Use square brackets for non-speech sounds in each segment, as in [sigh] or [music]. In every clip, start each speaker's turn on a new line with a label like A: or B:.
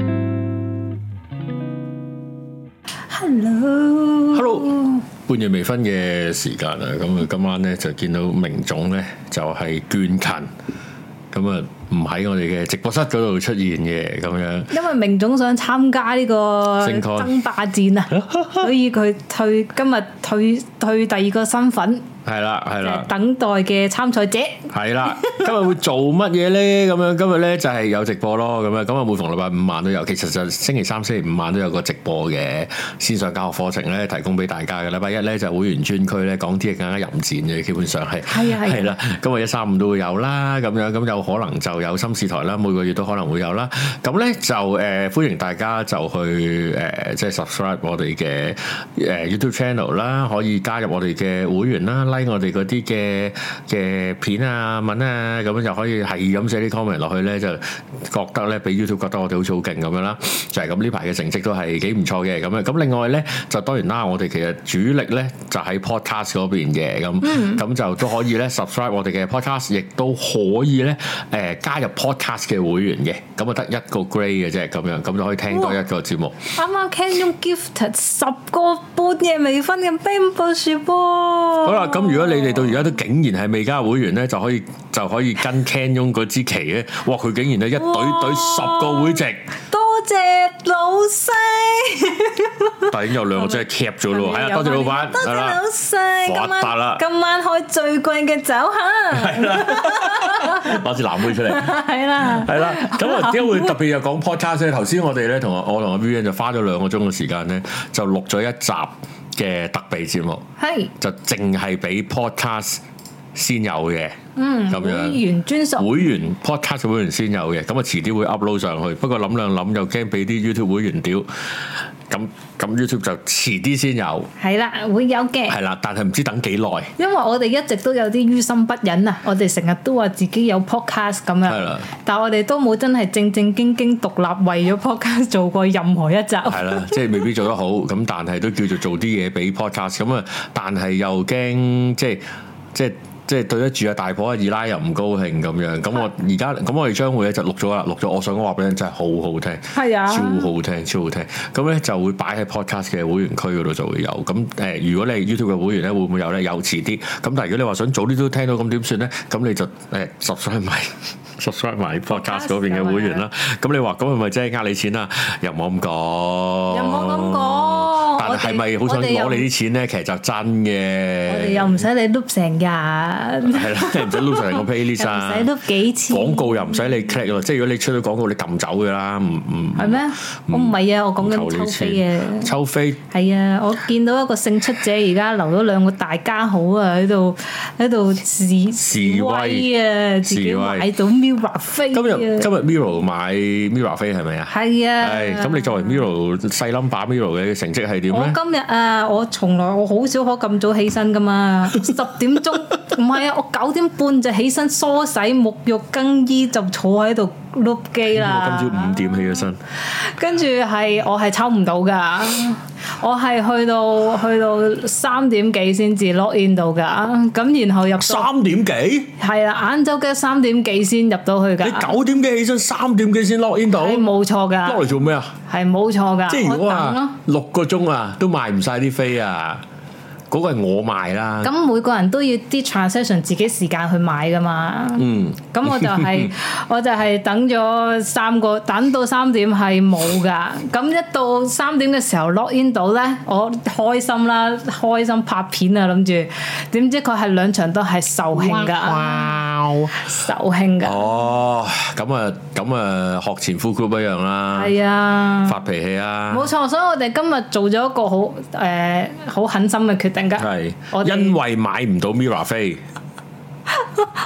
A: 嗯
B: 半夜未分嘅時間啊，咁啊今晚咧就見到明總咧就係、倦勤，咁啊唔喺我哋嘅直播室嗰度出現嘅咁樣。
A: 因為明總想參加呢個
B: 盛開
A: 爭霸戰
B: [laughs]
A: 啊，所以佢退今日退退第二個身份，
B: 係啦，係
A: 就係
B: 啦，
A: 等待嘅參賽者。
B: 係啦。今日會做乜嘢咧？咁樣今日咧就係、有直播咯，咁樣咁啊每逢禮拜五晚都有，其實就星期三、星期五晚都有個直播嘅線上教學課程咧，提供俾大家嘅。禮拜一咧就會員專區咧，講啲嘢更加淫賤嘅，基本上係
A: 係啊係啊
B: 係啦。今日一三五都會有啦，咁樣咁有可能就有心事台啦，每個月都可能會有啦。咁咧就誒、呃、歡迎大家就去誒、呃即係 subscribe 我哋嘅誒 YouTube channel 啦，可以加入我哋嘅會員啦，like 我哋嗰啲嘅嘅片啊、文啊，咁樣就可以係咁寫啲 comment 落去咧，就覺得咧俾 YouTube 覺得我哋好似好勁咁樣啦。就係咁呢排嘅成績都係幾唔錯嘅咁樣。咁另外咧就當然啦，我哋其實主力咧就喺 podcast 嗰邊嘅咁，咁、就都可以咧 subscribe 我哋嘅 podcast，亦都可以咧誒、呃加入 podcast 嘅會員嘅。咁啊得一個 grade 嘅啫，咁樣咁就可以聽多一個節目。
A: 啱啱 Ken 用 gifted 十個半夜未分嘅 bamboo 樹噃。好
B: 好啦，咁如果你哋到而家都竟然係未加會員咧，就可以就可以跟 Canyon 嗰支旗咧，哇！佢竟然咧一隊隊十個會籍，
A: 多謝老細，
B: 但已經有兩個真係 cap 咗咯喎，係啊，
A: [laughs]
B: 多謝老闆，
A: 多
B: 係
A: 謝
B: 啦
A: 老。細，
B: 發
A: 今
B: 達啦
A: 晚今晚開最貴嘅酒
B: [laughs]
A: 嚇，
B: 攞支藍妹出嚟。
A: 係啦，
B: [laughs] 係啦，咁啊，點解會特別又講 podcast 咧？頭先我哋咧同我我同阿 V N 就花咗兩個鐘嘅時間咧，就錄咗一集嘅特備節目，
A: 係
B: 就淨係俾 podcast 先有嘅，嗯，咁
A: 會
B: 樣。
A: 員專屬。
B: 會員 podcast 會員先有嘅，咁啊遲啲會 upload 上去。不過諗兩諗又驚俾啲 YouTube 會員屌，咁咁 YouTube 就遲啲先有，
A: 係啦，會有嘅。
B: 係啦，但係唔知等幾耐。
A: 因為我哋一直都有啲於心不忍啊，我哋成日都話自己有 podcast 咁
B: 係
A: 樣
B: 啦，
A: 但我哋都冇真係正正經經獨立為咗 podcast 做過任何一集。
B: 係啦，即係未必做得好，咁但係都叫做做啲嘢俾 podcast 咁啊，但係又驚即係即係。即係對得住阿大婆阿二奶又唔高興咁樣，咁我而家咁我哋將會咧就錄咗啦，錄咗我想講話俾你聽，真係好好聽，
A: 係啊
B: 超好聽，超好聽。咁咧就會擺喺 podcast 嘅會員區嗰度就會有。咁誒、呃如果你係 YouTube 嘅會員咧，會唔會有咧？有遲啲。咁但係如果你話想早啲都聽到，咁點算咧？咁你就誒 subscribe 埋 subscribe 埋 podcast 嗰
A: 啊
B: 邊嘅會員啦。咁你話咁係咪真係呃你錢啊？又冇咁講，
A: 又冇咁講
B: 但係咪好想
A: 我哋又
B: 攞你啲錢咧？其實就真
A: 我哋
B: 嘅，
A: 又唔使你碌成日，
B: 係啦，即係唔使碌上
A: [laughs]
B: 嚟個 pay
A: 又
B: list
A: 唔
B: 啊
A: 使。碌幾次。
B: 廣告又唔使你 click 喎，即係如果你出咗廣告，你撳走㗎啦，唔唔
A: 係咩？我唔係啊，我講緊抽飛嘅。
B: 抽飛
A: 係啊，我見到一個勝出者而家留咗兩個大家好啊，喺度喺度示
B: 示威
A: 啊，自己
B: 示威
A: 買到 Mirror 飛
B: 今日
A: 啊，
B: 今日 Miro 買 Miro 飛係咪啊？
A: 係啊，
B: 係咁，你作為 Miro 細冧把 Miro 嘅成績係點
A: 我
B: 咧？
A: 今日啊，我從來我好少可咁早起身噶
B: [laughs]
A: 嘛，十點鐘唔係啊，我九點半就起身梳洗、沐浴、更衣，就坐喺度碌機
B: 哎我
A: 啦。
B: 今朝五點起咗身，
A: 跟住係我係抽唔到噶，我係去到去到三點幾先至 log in 到噶，咁然後入到
B: 三點幾？
A: 係啦，晏晝嘅三點幾先入到去噶
B: 你，九點幾起身，三點幾先 log in 到
A: 係
B: ，log
A: 冇錯噶，
B: 嚟做咩啊？
A: 係冇錯噶，
B: 即係如果
A: 我等咯
B: 話。六個鐘啊，都賣唔晒啲飛啊，嗰個係我賣啦。
A: 咁每個人都要啲 transaction 自己時間去買噶嘛。嗯。咁我就
B: [laughs]
A: 係、我就係等咗三個，等到三點係冇噶。咁一到三點嘅時候 log in 到咧，我開心啦，開心拍片啊，諗住點知佢係兩場都係售罄噶，售罄噶，
B: 哦，咁啊，咁啊，學前 full group 一樣啦，
A: 係啊。
B: 發脾氣啊，
A: 冇錯，所以我哋今日做咗一個好誒好狠心嘅決定㗎。
B: 係
A: 我哋
B: 因為買唔到 Mira 飛，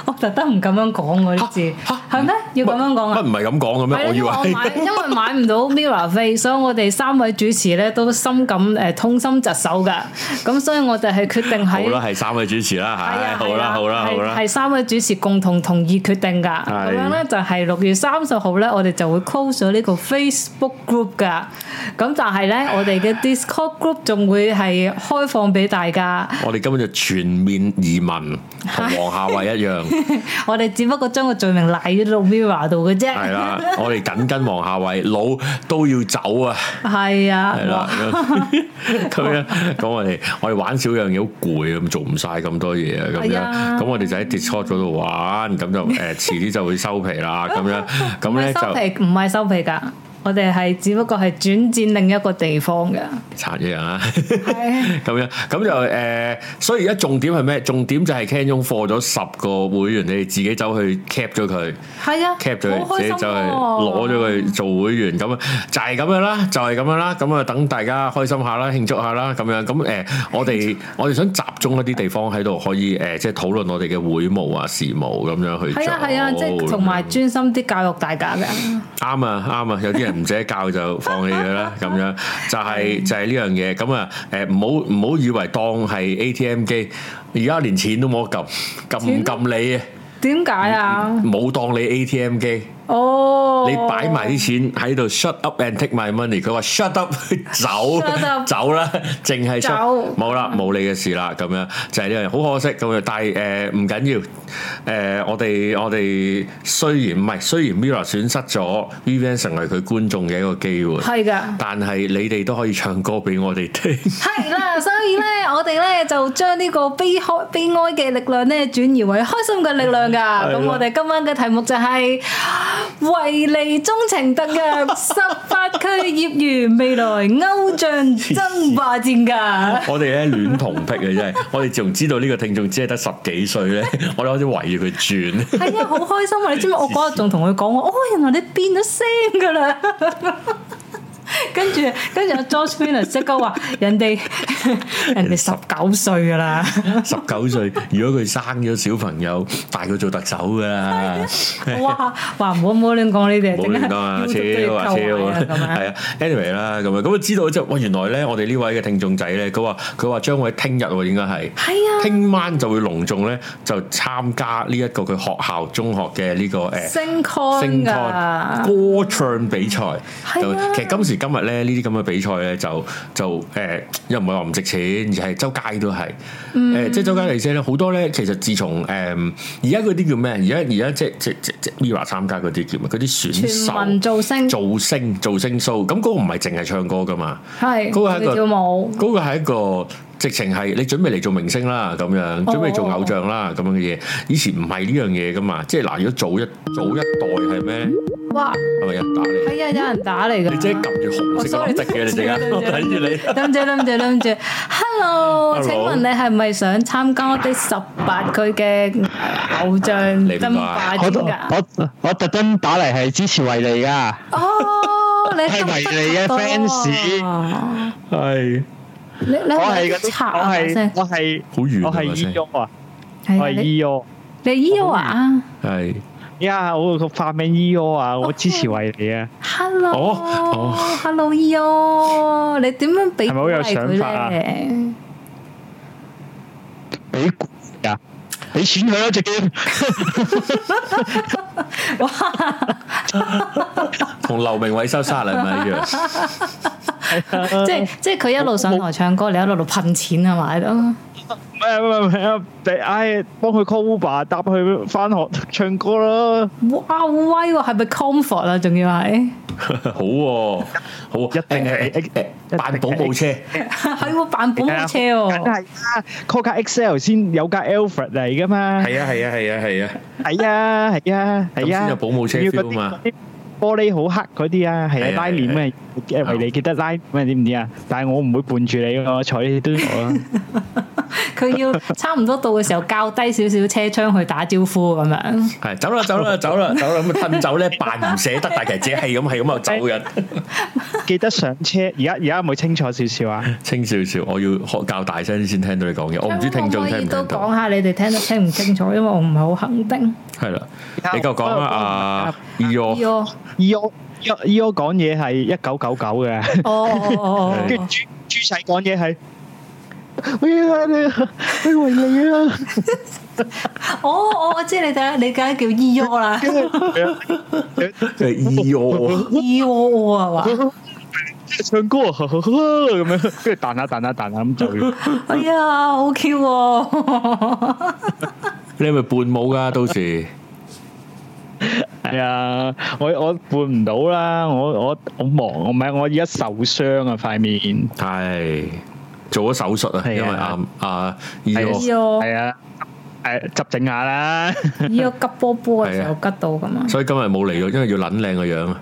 A: 我特登唔咁樣講嗰啲字，係咩？要咁樣講啊
B: 乜？唔係咁講嘅
A: 係
B: 咩？我以
A: 因為
B: 為
A: 買，因為買唔到 Mirror 飛，所以我哋三位主持咧都深感誒痛心疾首噶。咁所以我哋係決定
B: 好
A: 喺
B: 啦，係三位主持啦，
A: 係
B: 唉，
A: 啊
B: 好啦，好啦，好啦
A: 係。係三位主持共同同意決定㗎。咁
B: 係
A: 樣咧就係六月三十號咧，我哋就會 close 咗呢個 Facebook group 㗎。咁但係咧，我哋
B: [laughs]
A: 嘅 Discord group 仲會係開放俾大家。
B: [laughs] 我哋根本就全面移民，同黃夏慧一一
A: [laughs]
B: 樣。
A: 我哋只不過將個罪名賴咗到 Mirror 度嘅啫。
B: 係啦，我哋緊跟王下位，老都要走啊！
A: 係啊
B: 係，啦，咁 [laughs] 咁樣咁我哋我哋玩少樣嘢好攰啊，咁做唔晒咁多嘢啊，咁
A: 係啊
B: 樣咁我哋就喺 Discord 嗰度玩，咁就誒
A: [laughs]
B: 遲啲就會收皮啦，咁樣
A: 唔
B: 咁咧
A: 係收
B: 就
A: 皮，唔係收皮㗎。我哋係只不過係轉戰另一個地方嘅，
B: 殘一樣啊。
A: 係
B: [laughs] 咁樣咁就誒、呃所以而家重點係咩？重點就係 Canon 貨咗十個會員，你哋自己走去 cap 咗佢
A: 係啊，
B: ，cap 咗
A: 好開
B: 佢，自己
A: 心
B: 走去
A: 喎
B: 攞咗佢做會員，咁啊就係咁樣啦，就係咁樣啦，咁啊等大家開心下啦，慶祝下啦，咁樣咁誒、呃我哋
A: [laughs]
B: 我哋想集中一啲地方喺度可以誒、呃即係討論我哋嘅會務啊、事務咁樣去做。
A: 係啊係啊，即係同埋專心啲教育大家嘅，
B: 啱啊啱啊，有啲人唔捨得教就放棄佢啦，咁
A: [laughs] 啊
B: 樣就係、就係呢樣嘢。咁啊誒，唔好唔好以為當係 ATM 機，而家連錢都冇得撳，撳唔撳你啊？
A: 點解啊？
B: 冇當你 ATM 機，
A: 哦，
B: 你擺埋啲錢喺度 shut up and take my money。佢話 shut up [laughs] 走
A: Shut up
B: [laughs] 走啦，淨係 shut-
A: 走
B: 冇啦冇你嘅事啦，咁樣就係呢樣嘢，好可惜咁樣。但係誒唔緊要，誒、我哋我哋雖然唔係雖然 Mirror 損失咗 Vivian 成為佢觀眾嘅一個機會。
A: 係㗎。
B: 但係你哋都可以唱歌俾我哋聽， [laughs]
A: 係啦，所以咧，我哋咧就將呢個悲哀悲哀嘅力量咧，轉移為開心嘅力量噶。
B: 係啦
A: 咁我哋今晚嘅題目就係、維尼鍾情特
B: [laughs]
A: 約十八區業餘未來偶像爭霸戰噶。
B: 我哋咧戀童癖嘅真係，我哋自從知道呢個聽眾只係得十幾歲咧，我哋開始圍住佢轉。
A: 係啊，好開心啊！你知唔知我嗰日仲同佢講我，哦，原來你變咗聲噶啦。 [laughs] 跟住，跟住阿 George Venus 即刻話：人哋 [laughs] 人哋十九歲噶啦。
B: 十九歲，如果佢生咗小朋友，大佢做特首噶啦，
A: 哇！話唔好唔好亂講呢啲，
B: 冇亂講啊，
A: 陣間
B: 超啊超，
A: YouTube 都要扣啊咁樣
B: 係啊，anyway 啦，咁樣咁啊知道之後，哇原來咧我哋呢位嘅聽眾仔咧，佢話佢話將會喺聽日喎應該係，
A: 係啊
B: 聽晚就會隆重咧就參加呢一個佢學校中學嘅呢個誒。
A: 升 con
B: 歌
A: 噶，
B: 唱比賽，就
A: 啊
B: 其實今時今日咧，呢啲咁嘅比賽咧，就就誒、呃又唔係話唔值錢，而係周街都係誒、
A: 嗯
B: 呃即係周街嚟啫咧，好多咧，其實自從誒而家嗰啲叫咩？而家而家即即即即 Mira 參加嗰啲叫咩？嗰啲選
A: 全民
B: 手
A: 造星
B: 造星造星 show，咁嗰個唔係淨係唱歌噶嘛，
A: 係
B: 嗰個係一個
A: 佢跳舞，
B: 嗰個係一個直情係你準備嚟做明星啦，咁樣準備做偶像啦，咁樣嘅嘢。以前唔係呢樣嘢噶嘛，即係嗱，如果早一早一代係咩咧？
A: 哇！
B: 係咪人打你？
A: 係啊，有人打嚟噶，
B: 你即係撳住紅色嗰粒滴嘅，你陣間 [laughs] 我睇住你。
A: 諗住諗住諗住，Hello，
B: Hello
A: 請問你係咪想參加我哋十八區嘅偶像爭霸
B: 你
A: 戰
C: 我
A: 㗎？
C: 我我特登打嚟係支持維尼噶，
A: 哦，你
C: 係
A: 咁
C: 咪
A: 得
C: 你嘅
A: 多啊
C: fans？係
A: 你你
C: 我
A: 係
C: 係
A: 咪
C: 嗰
A: 拆
C: 啲，我
A: 啊
C: 係
A: 聲？
C: 我係
B: 好遠啊
C: 我係
B: 把聲
C: E.O. 啊，我
A: 係啊
C: 係
A: 你
C: E.O.
A: 你 E O 啊
B: 係
C: 呀，我個化名 E.O. 啊，我支持維尼啊，
A: ？Hello，
B: 哦哦
A: h e l l o E O，你點樣俾
C: 係咪好有
A: 鼓勵佢
C: 想法啊
A: 咧？
C: 俾股啊，俾錢佢咯，直接
B: 同劉明偉收沙禮咪 [laughs] 一樣。
A: 即係即係佢一路上台唱歌，你一路度噴錢啊嘛喺度。
C: 唔係唔係唔係，俾唉幫佢 call Uber 搭佢翻學唱歌咯，
A: 哇威喎，係咪 comfort 啊？仲要係
B: 好喎，好喎，
C: 一定
B: 誒誒
C: 係
B: 誒誒扮保姆車。
A: 係喎，扮保姆車
C: 梗
A: 喎。
C: 係啦，call 架 XL 先有架 Alfred 嚟噶嘛，
B: 係啊係啊係啊係啊！
C: 係啊係啊係
B: 咁先
C: 啊，
B: 有保姆車
C: 要嗰
B: feel
C: 啲
B: 嘛
C: 嗰啲玻璃好黑嗰啲啊，係
B: 係啊
C: 啊拉鏈咩？誒維尼記得拉鏈咩？知唔知啊？但係我唔會伴住你噶，我坐呢啲
B: [laughs]
C: 都坐啦。
A: 佢要差唔多到嘅時候，較低少少車窗去打招呼咁樣。
B: 係走啦走啦走啦走啦咁褪走咧，扮唔捨得，但係其實自己係咁係咁又走緊。
C: 記得上車，而家而家有冇清楚少少啊？
B: 清少少，我要學較大聲先聽到你講嘢，我唔知聽眾
A: 可
B: 聽
A: 以
B: 唔
A: 都
B: 聽到
A: 講。下你哋聽得清唔清楚，因為我唔係好肯定。
B: 係啦，你夠講啦，啊阿
A: E
B: Eo，
A: O，
C: 依我依我依我講嘢係一九九九嘅，
A: 哦哦哦
C: 跟
A: 哦
C: 住豬豬仔講嘢係。
B: [laughs]
C: 哎呀你，哎維尼啊，
A: 哦，哦我知你哋，你梗係叫 E O 啦
B: 係 Eo，
A: ，E O 啊嘛。
C: 唱歌啊咁樣，跟住彈下彈下彈下咁就。
A: 哎呀，好 Q 喎！
B: 你係咪伴舞噶？到時
C: 係啊，我我伴唔到啦，我我我忙，我唔係我而家受傷啊塊面，
B: 係做咗手術啊，因為
C: 係啊
B: 阿阿 E 醫
C: 係
B: 我
C: 啊。
A: 呢
C: 係啊，誒執整下啦， [laughs]
A: 個呢個吉波波嘅時候
B: 係
A: 吉到咁啊！
B: 所以今日冇嚟到，因為要撚靚個樣啊。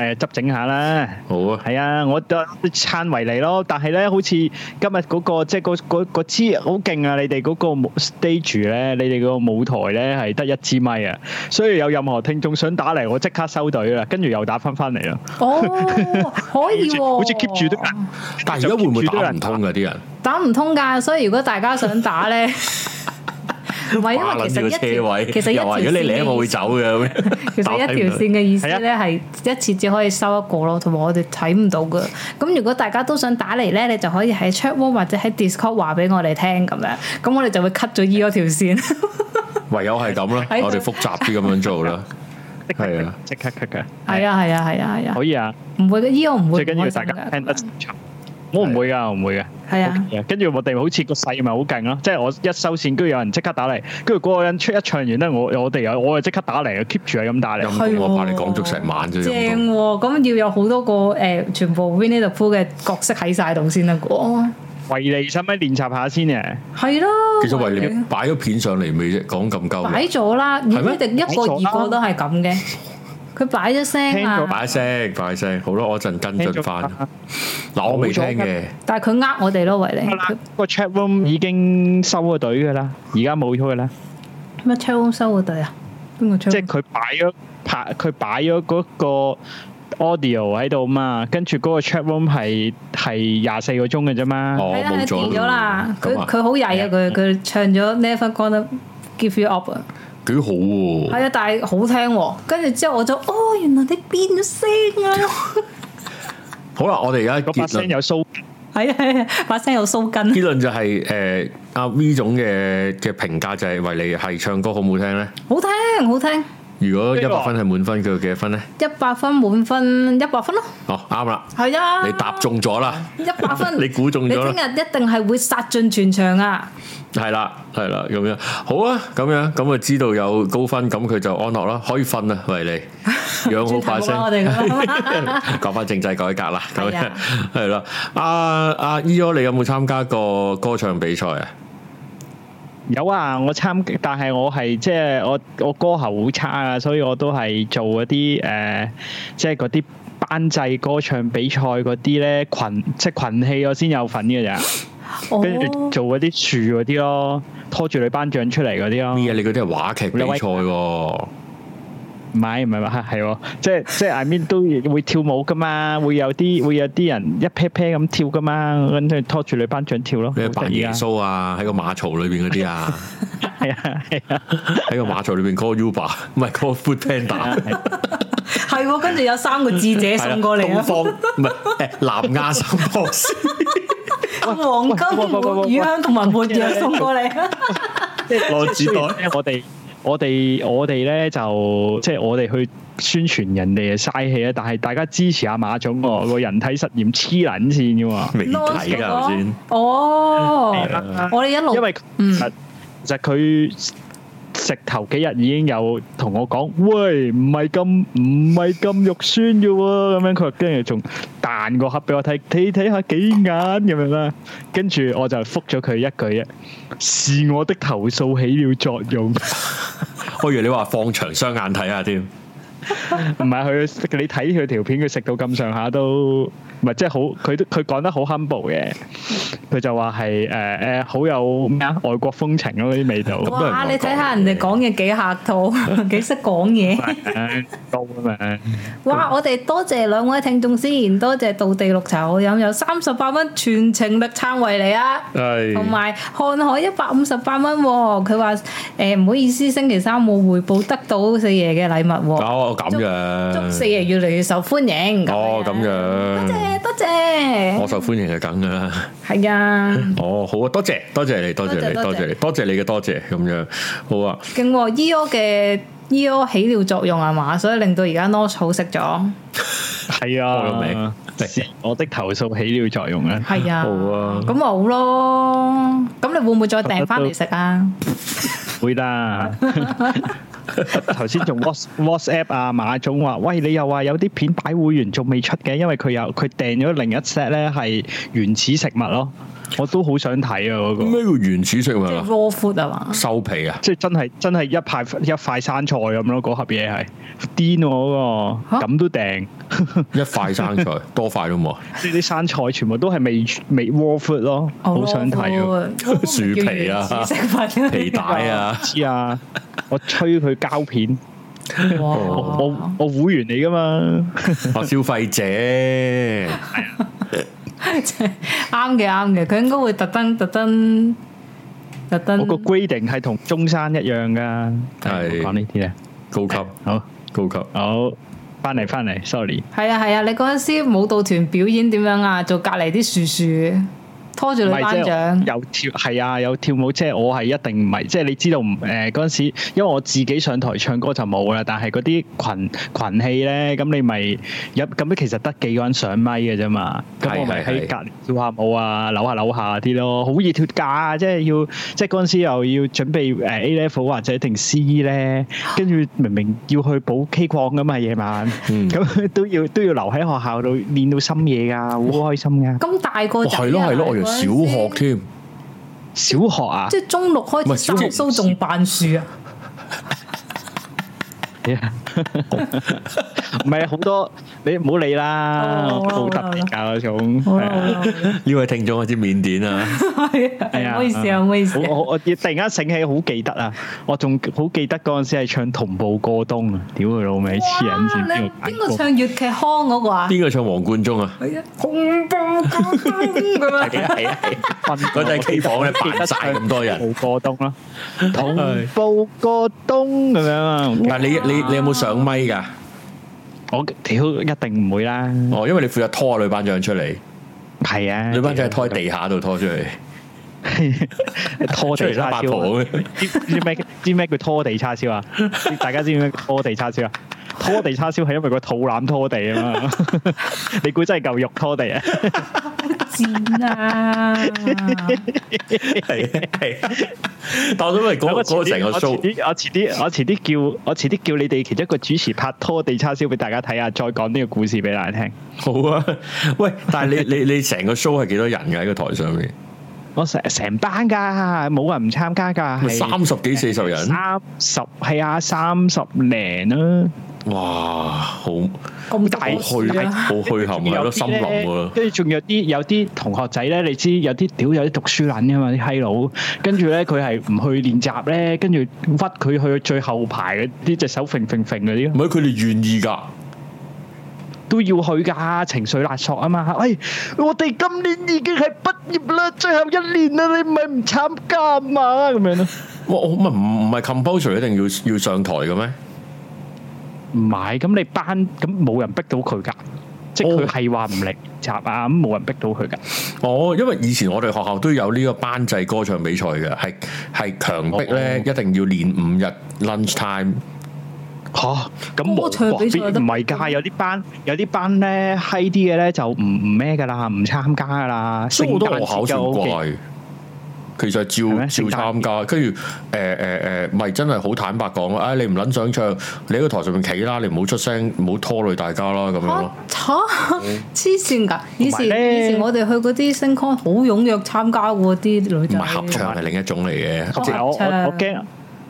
C: 誒執整下啦。
B: 好啊，
C: 係啊，我都撐維尼咯，但係咧，好似今日嗰、個即係嗰嗰嗰支好勁啊！你哋嗰個舞 stage 咧，你哋個舞台咧係得一支咪啊，所以有任何聽眾想打嚟，我即刻收隊啦，跟住又打翻翻嚟啦。
A: 哦，可以喎，
C: 好似 keep à. 住都
B: 但係而家會唔會
C: 就 keep 住都有
B: 打
C: 人
B: 唔通㗎啲人？
A: 打唔通㗎，所以如果大家想打咧，唔係因為其實
B: 哇撚
A: 一
B: 住個車
A: 條
B: 位，
A: 其實一
B: 又
A: 條
B: 話如果你
A: 線
B: 嚟，
A: 嘅
B: 我會
A: 意思
B: 走嘅咁樣。
A: [laughs] 其實一條線嘅意思
C: 係
A: 咧係一次只可以收一個咯，同埋我哋睇唔到嘅。咁如果大家都想打嚟咧，你就可以喺 chat room 或者喺 Discord 話俾我哋聽咁樣，咁我哋就會 cut 咗依嗰條線。
B: 唯有係咁啦，
A: 喺度
B: 我哋複雜啲咁樣
A: [laughs]
B: 做啦。係啊，
C: 即刻 cut 嘅，
A: 係啊係啊係啊係啊
C: 可，以啊，
A: 唔會嘅，依個唔會
C: 最
A: 唔
C: 緊要
A: 開心
C: 大家
A: 㗎
C: 聽得清楚。我唔會㗎，我唔會㗎。
A: 係啊。
C: 跟住我哋好似個勢咪好勁咯，即係我一收線，跟住有人即刻打嚟，跟住嗰個人出一唱完咧，我我哋又我就即刻打嚟，keep 住係咁打嚟。
B: 陰公
A: 係喎
B: 我怕你講足成晚啫。
A: 正啊
B: 陰公
A: 喎、咁要有好多個誒、呃全部 w i n n i t p o o 嘅角色喺晒度先得嘅。哦
C: 維尼使唔使練習下先嘅？
A: 係咯，
B: 其實為你擺咗片上嚟未啫，講咁鳩
A: 擺
B: 嘅，
A: 咗啦，
B: 咩
A: 佢哋一個二個都係咁嘅。佢擺咗聲
C: 聽咗
A: 啊，
B: 擺聲擺聲，好啦，我一陣跟進翻。
C: Dạ,
B: 嗱，我未聽嘅，
A: 但係佢呃我哋咯，維尼
C: 好啦，個 dạ. chat room 已經收咗隊㗎啦，而家冇咗㗎啦。
A: 佢咩 c h a l 收嗰隊啊？邊個 c
C: 即
A: h a
C: 係佢擺咗拍，佢擺咗嗰個 audio 喺度嘛，跟住嗰個 chat room 係係廿四個鐘嘅啫嘛。
B: 哦
A: 係啦，
B: 冇
A: 佢
B: 咗
A: 跌咗啦，佢
B: 咁啊
A: 佢好曳啊！佢佢唱咗 Never Gonna Give You Up 啊，
B: 幾好喎，
A: 係啊，但係好聽喎。跟住之後我就哦，原來你變咗聲啊！
B: 好啦，我哋而家
C: 嗰把
B: 結
C: 聲
B: 論
C: 有蘇，
A: 係啊係啊，把聲有鬚根。
B: 結論就係誒阿 V 總嘅嘅評價就係為你係唱歌好唔好聽咧？
A: 好聽好聽，
B: 如果一
C: 呢個
B: 百分係滿分，佢有幾多分咧？
A: 一百分滿分一百分咯，
B: 哦，啱啦，
A: 係啊，
B: 你答中咗啦，
A: 一百分，
B: 你估中
A: 你
B: 咗
A: 聽
B: 啦。
A: 日一定係會殺進全場啊！
B: 係啦，係啦，咁樣好啊，咁樣咁啊，知道有高分，咁佢就安樂啦，可以瞓啦，
A: [laughs]
B: 為你養好把
A: 轉頭啦我
B: 聲。
A: 哋咁啊
B: [laughs] 講翻政制改革
A: [laughs]
B: 啦，咁
A: 係
B: 樣
A: 啊
B: 係啦。阿阿 E.O. 你有冇參加過歌唱比賽啊？
C: 有啊，我參，但係我係即係我我歌喉好差啊，所以我都係做嗰啲誒，即係嗰啲班制歌唱比賽嗰啲咧群，即係群戲我先有份嘅咋。跟住
A: 哦，
C: 做嗰啲樹嗰啲咯，拖住你班長出嚟嗰啲咯，
B: 咩啊？你嗰啲係話劇比賽喎，
C: 唔係唔係唔係係喎，即係即係 I mean 都會跳舞噶嘛，會有啲會有啲人一 pair pair 咁跳噶嘛，跟住拖住你班長跳咯，
B: 咩
C: 好
B: 扮
C: 得意
B: 耶
C: 啊，
B: 穌啊，喺個馬槽裏邊嗰啲啊，
C: 係啊係啊
B: 喺
A: [laughs]
B: 個馬槽裏邊 call Uber，唔係 call Food Panda，
C: 係啊，
A: 係喎，跟住有三個智者送過嚟
B: 東
A: 啊，
B: 方唔係誒南亞三
A: [laughs]
B: 博士。
A: 黃金
C: 喂喂喂喂
A: 活魚香同埋活藥送過嚟啊！
B: 攞紙
C: [laughs]
B: 袋
C: 袋，我哋。我哋我哋咧就即係我哋去宣傳人哋嘅嘥氣啊，但係大家支持下馬總喎，個人體實驗黐撚線嘅喎。
B: [laughs] 未睇㗎頭先，
A: 哦
C: 啊，
A: 我哋一路
C: 因為
A: 嗯
C: 其實其實佢食頭幾日已經有同我講，喂，唔係咁唔係咁肉酸嘅喎，咁樣佢跟住仲彈個盒俾我睇，睇睇下幾眼咁樣啦，跟住我就覆咗佢一句啫，是我的投訴起了作用，唔
B: 我以為你話放長雙眼睇下添。
C: 係佢你睇佢條片，佢食到咁上下都唔係即係好，佢都佢講得好 humble 嘅，佢就話係誒誒好有咩啊外國風情嗰啲味道。 [laughs]
B: 多人
A: 哇！
B: 講
A: 你睇下人哋講嘢幾客 [laughs] 套，幾識講嘢。
C: 高啊嘛，
B: 啊
A: 哇！我哋多謝兩位聽眾先，多謝道地綠茶好飲，有三十八蚊全程力撐為你啊！
B: 係
A: 同埋瀚海一百五十八蚊喎，佢話誒唔好意思，星期三冇回報得到四爺嘅禮物喎，
B: 哦咁
A: 祝四
B: 樣，
A: 爺越嚟越受歡迎。
B: 哦咁
A: 啊多
B: 樣，嗯
A: 謝多謝
B: 我，受歡迎係梗噶啦。
A: 係啊，
B: 哦，好啊，多謝多謝你，多謝你，多
A: 多謝
B: 謝你，多謝你嘅多謝咁樣，好啊。
A: 勁喎！E.O 嘅 E.O 起了作用係嘛，所以令到而家 n o s 好食咗，
C: 係
B: 我個
C: 啊
B: 名，
C: 是我的投訴起了作用啊！
A: 係啊，
B: 好啊
A: 咁咪好咯。咁你會唔會再訂翻嚟食啊？
C: 會 [laughs] 啦。頭先仲 Whats- WhatsApp 啊，馬總話：喂，你又話有啲片擺會員仲未出嘅，因為佢有佢訂咗另一 set 咧係原始食物咯，我都好想睇啊嗰、個。
B: 咩叫原始食物
A: 嗯即係
B: 啊？
A: raw food 啊嘛，
B: 收皮啊！
C: 即係真係真係一派一塊生菜咁咯，嗰盒嘢係癲我嗰
A: 嚇
C: 個，咁都訂。 [laughs]
B: 一塊
A: [laughs]
B: 生菜多塊都冇啊！
C: 即係啲生菜全部都係未未 raw food 咯，好想睇啊！
A: 喎
B: 樹皮啊
A: 食品
B: 皮帶啊，
C: 知啊，我吹佢膠片，
A: 哇，
B: 我
C: 我我會員嚟噶嘛，
B: 我哦消費者
A: 啱嘅啱嘅，佢應該會特登特登特
C: 我
A: 登
C: 個 grading 係同中山一樣噶。
B: 係
C: 唔好講呢啲咧，
B: 高級
C: 好
B: 高級。
C: 好翻嚟翻嚟，sorry，
A: 係啊係啊！你嗰陣時舞蹈團表演點樣啊？做隔離啲樹樹拖住
C: 唔
A: 女
C: 係即
A: 班
C: 係
A: 長，
C: 有跳係啊，有跳舞，即係我係一定唔係，即係你知道唔誒嗰陣時，因為我自己上台唱歌就冇啦，但係嗰啲群群戲咧，咁你咪入咁其實得幾個人上咪嘅啫嘛，咁
B: 係
C: 我咪
B: 係係
C: 喺隔離跳下舞啊，扭下扭下啲咯，好易脱架啊！即係要，即係嗰陣時又要準備誒 A level 或者定 C 咧，跟住明明要去補 K 礦噶嘛夜晚，
B: 嗯
C: 咁都要都要留喺學校度練到深夜㗎，好開心㗎。
A: 咁大個
B: 哇
A: 仔啊
B: 哦係咯係咯，我原來小學，添，
C: 小學啊
A: 嗰陣時即，係中六
B: 唔係
A: 開始
B: 小學
A: 生蘇仲扮樹啊！
C: [laughs] 唔係好多，你唔好理啦，
A: 好啦好
C: 好
A: 啦
C: 特別㗎嗰種。
A: 好
C: 係
A: 啦好
C: 啊
A: 啦，
B: 呢位聽眾我知緬甸啊，
A: 哦係
C: dạ.
A: 啊唔好意思啊，唔好意思
C: 我
A: 啊，
C: 我我突然間醒起，好記得啊！我仲好記得嗰陣時係唱同步過冬啊！屌佢老味，黐人線
A: 哇
C: 邊
A: 你
C: 度
A: 邊個唱粵劇腔嗰個啊？
B: 邊個唱黃貫中啊？
A: [laughs] 係啊，恐怖高中咁啊！ [laughs]
B: 係啊係啊係啊，嗰陣喺 K 房咧扮晒
C: à?
B: 咁多人。
C: 同步過冬啦，同步過冬咁樣啊！
B: 但係你你你有冇上咪㗎？
C: 我屌一定唔會啦，
B: 哦，因為你負責拖女班長出嚟，
C: 係啊！
B: 女班長係拖喺地下度拖出嚟，
C: 拖
B: 出
C: 地
B: 嚟啦
C: 叉
B: 八
C: 燒啊
B: 婆咁
C: [laughs]
B: 樣。
C: 知知咩知咩叫拖地叉燒啊？知大家知唔知咩叫拖地叉燒啊？拖地叉燒係因為個肚腩拖地啊嘛， [laughs] 你估真係嚿肉拖地啊？
A: 賤
B: [laughs]
A: 啊！
B: 係啊係啊，但我都係嗰個嗰個成個
C: 我遲
B: show
C: 啲我遲啲我遲啲叫我遲啲叫你哋其中一個主持拍拖地叉燒俾大家睇啊下，再講呢個故事俾大家聽。
B: 好啊。喂，但係你你你成個 show 係幾多人㗎？喺個台上面，
C: 我成成班㗎，冇人唔參加㗎，
B: 咪
C: 係
B: 三十幾四十人，
C: 三十係啊，三十零啊啦。
B: 哇！好
A: 咁
B: 好
A: 大
B: 虛
A: 樹啊！
B: 好虛冚啊，有
C: [laughs] 有
B: 得
C: 啲
B: 森
C: 咧
B: 林喎。
C: 跟住仲有啲有啲同學仔咧，你知有啲屌有啲讀書撚噶啊嘛啲閪佬，跟住咧佢係唔去練習咧，跟住屈佢去最後排嗰啲隻手揈揈揈嗰啲
B: 唔係佢哋願意㗎，
C: 都要去㗎，情緒勒索啊嘛！喂，我哋今年已經係畢業啦，最後一年啦，你咪唔參加嘛咁樣咯。
B: 我我唔唔係 compulsory 一定要要上台嘅咩？
C: 唔係，咁你班咁冇人逼到佢㗎，即係佢係話唔嚟習啊，咁冇人逼到佢㗎。
B: 哦，因為以前我哋學校都有呢個班制歌唱比賽嘅，係係強
C: 哦
B: 迫咧，一定要練五日 lunch time。
C: 嚇！咁冇
A: 歌唱比賽嗯
C: 哇
A: 都
C: 唔係㗎，有啲班有啲班咧閪啲嘅咧就唔唔咩㗎啦，唔參加㗎啦。
B: 所以好多學校算
C: 聖誕節就 OK
B: 怪，其實
C: 係咩
B: 照
C: 聖誕
B: 照參加，跟住誒誒誒，咪真係好坦白講啊！唉你唔撚想唱，你喺個台上面企啦，你唔好出聲，唔好拖累大家啦，咁樣
A: 嚇
B: 咯。嗯
A: 嚇黐線㗎！以前
C: 同埋咧
A: 以前我哋去嗰啲星 con 好踴躍參加喎，啲女
B: 唔
A: 仔。
B: 係合唱係另一種嚟嘅，
C: 同埋我
A: 合唱
C: 我我驚。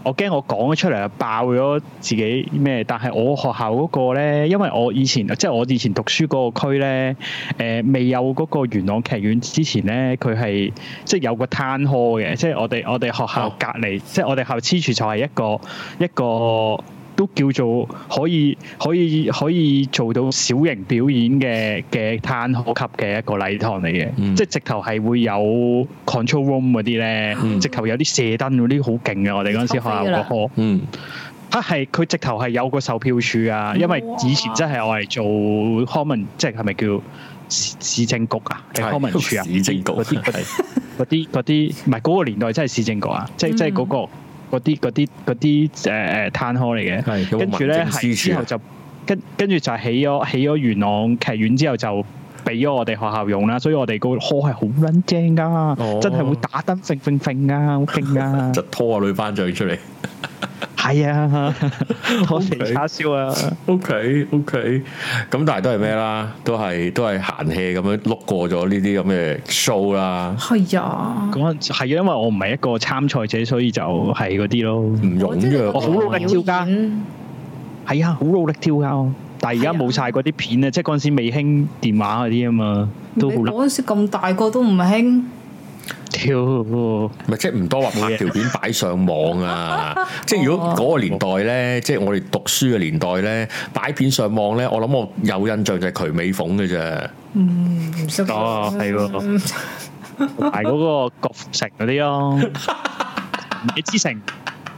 C: 我驚我講咗出嚟就爆咗自己咩，但係我學校嗰個咧，因為我以前即係我以前讀書嗰個區咧，誒、未有嗰個元朗劇院之前咧，佢係即係有個攤開嘅，即係我哋我哋學校
B: 哦
C: 隔離，即係我哋校黐住就係一個一個都叫做可以可以可以做到小型表演嘅嘅攤開級嘅一個禮堂嚟嘅，
B: 嗯
C: 即係直頭係會有 control room 嗰啲咧，
B: 嗯
C: 直頭有啲射燈嗰啲好勁嘅，我哋嗰陣時學校個科
B: 嗯，
C: 啊係佢直頭係有個售票處啊，因為以前真係我係做康文，即係係咪叫市市政局啊？定
B: 係
C: 康文署啊？
B: 市政局
C: 嗰啲嗰啲嗰啲嗰啲，唔係嗰個年代真係市政局啊，即係即係嗰個嗰啲嗰啲嗰啲誒誒攤開嚟嘅。
B: 係有
C: 跟
B: 冇
C: 住
B: 民
C: 咧
B: 政
C: 係
B: 司啊
C: 之
B: 署
C: 後
B: 啊？
C: 就跟跟住就係起咗起咗元朗劇院之後就。俾咗我哋學校用啦，所以我哋個殼係好撚正噶
B: 哦，
C: 真係會打燈揈揈揈啊，好勁啊！
B: 就拖個女班長出嚟。
C: 係 [laughs] 啊，我肥
B: Okay
C: 叉燒啊，
B: O K O K，咁但係都係咩啦？都係都係閒氣咁樣碌過咗呢啲咁嘅 show 啦，
A: 係啊，
C: 嗰陣係因為我唔係一個參賽者，所以就係嗰啲咯。
B: 唔踴躍。
C: 我好努力照㗎
A: 嗯
C: 係啊，好努力跳噶，但係而家冇晒嗰啲片啊，即係嗰陣時未興電話嗰啲啊嘛，
A: 都
C: 都
A: 好
C: 好難
A: 嗰陣時咁大個都唔興，
C: 跳。
B: 唔係即係唔多話拍條片擺上網啊！即係如果嗰個年代咧，即係我哋讀書嘅年代咧，擺片上網咧，我諗我有印象就係渠美鳳嘅啫。
A: 唔識
C: 哦係喎同埋嗰個郭富城嗰啲咯，你之城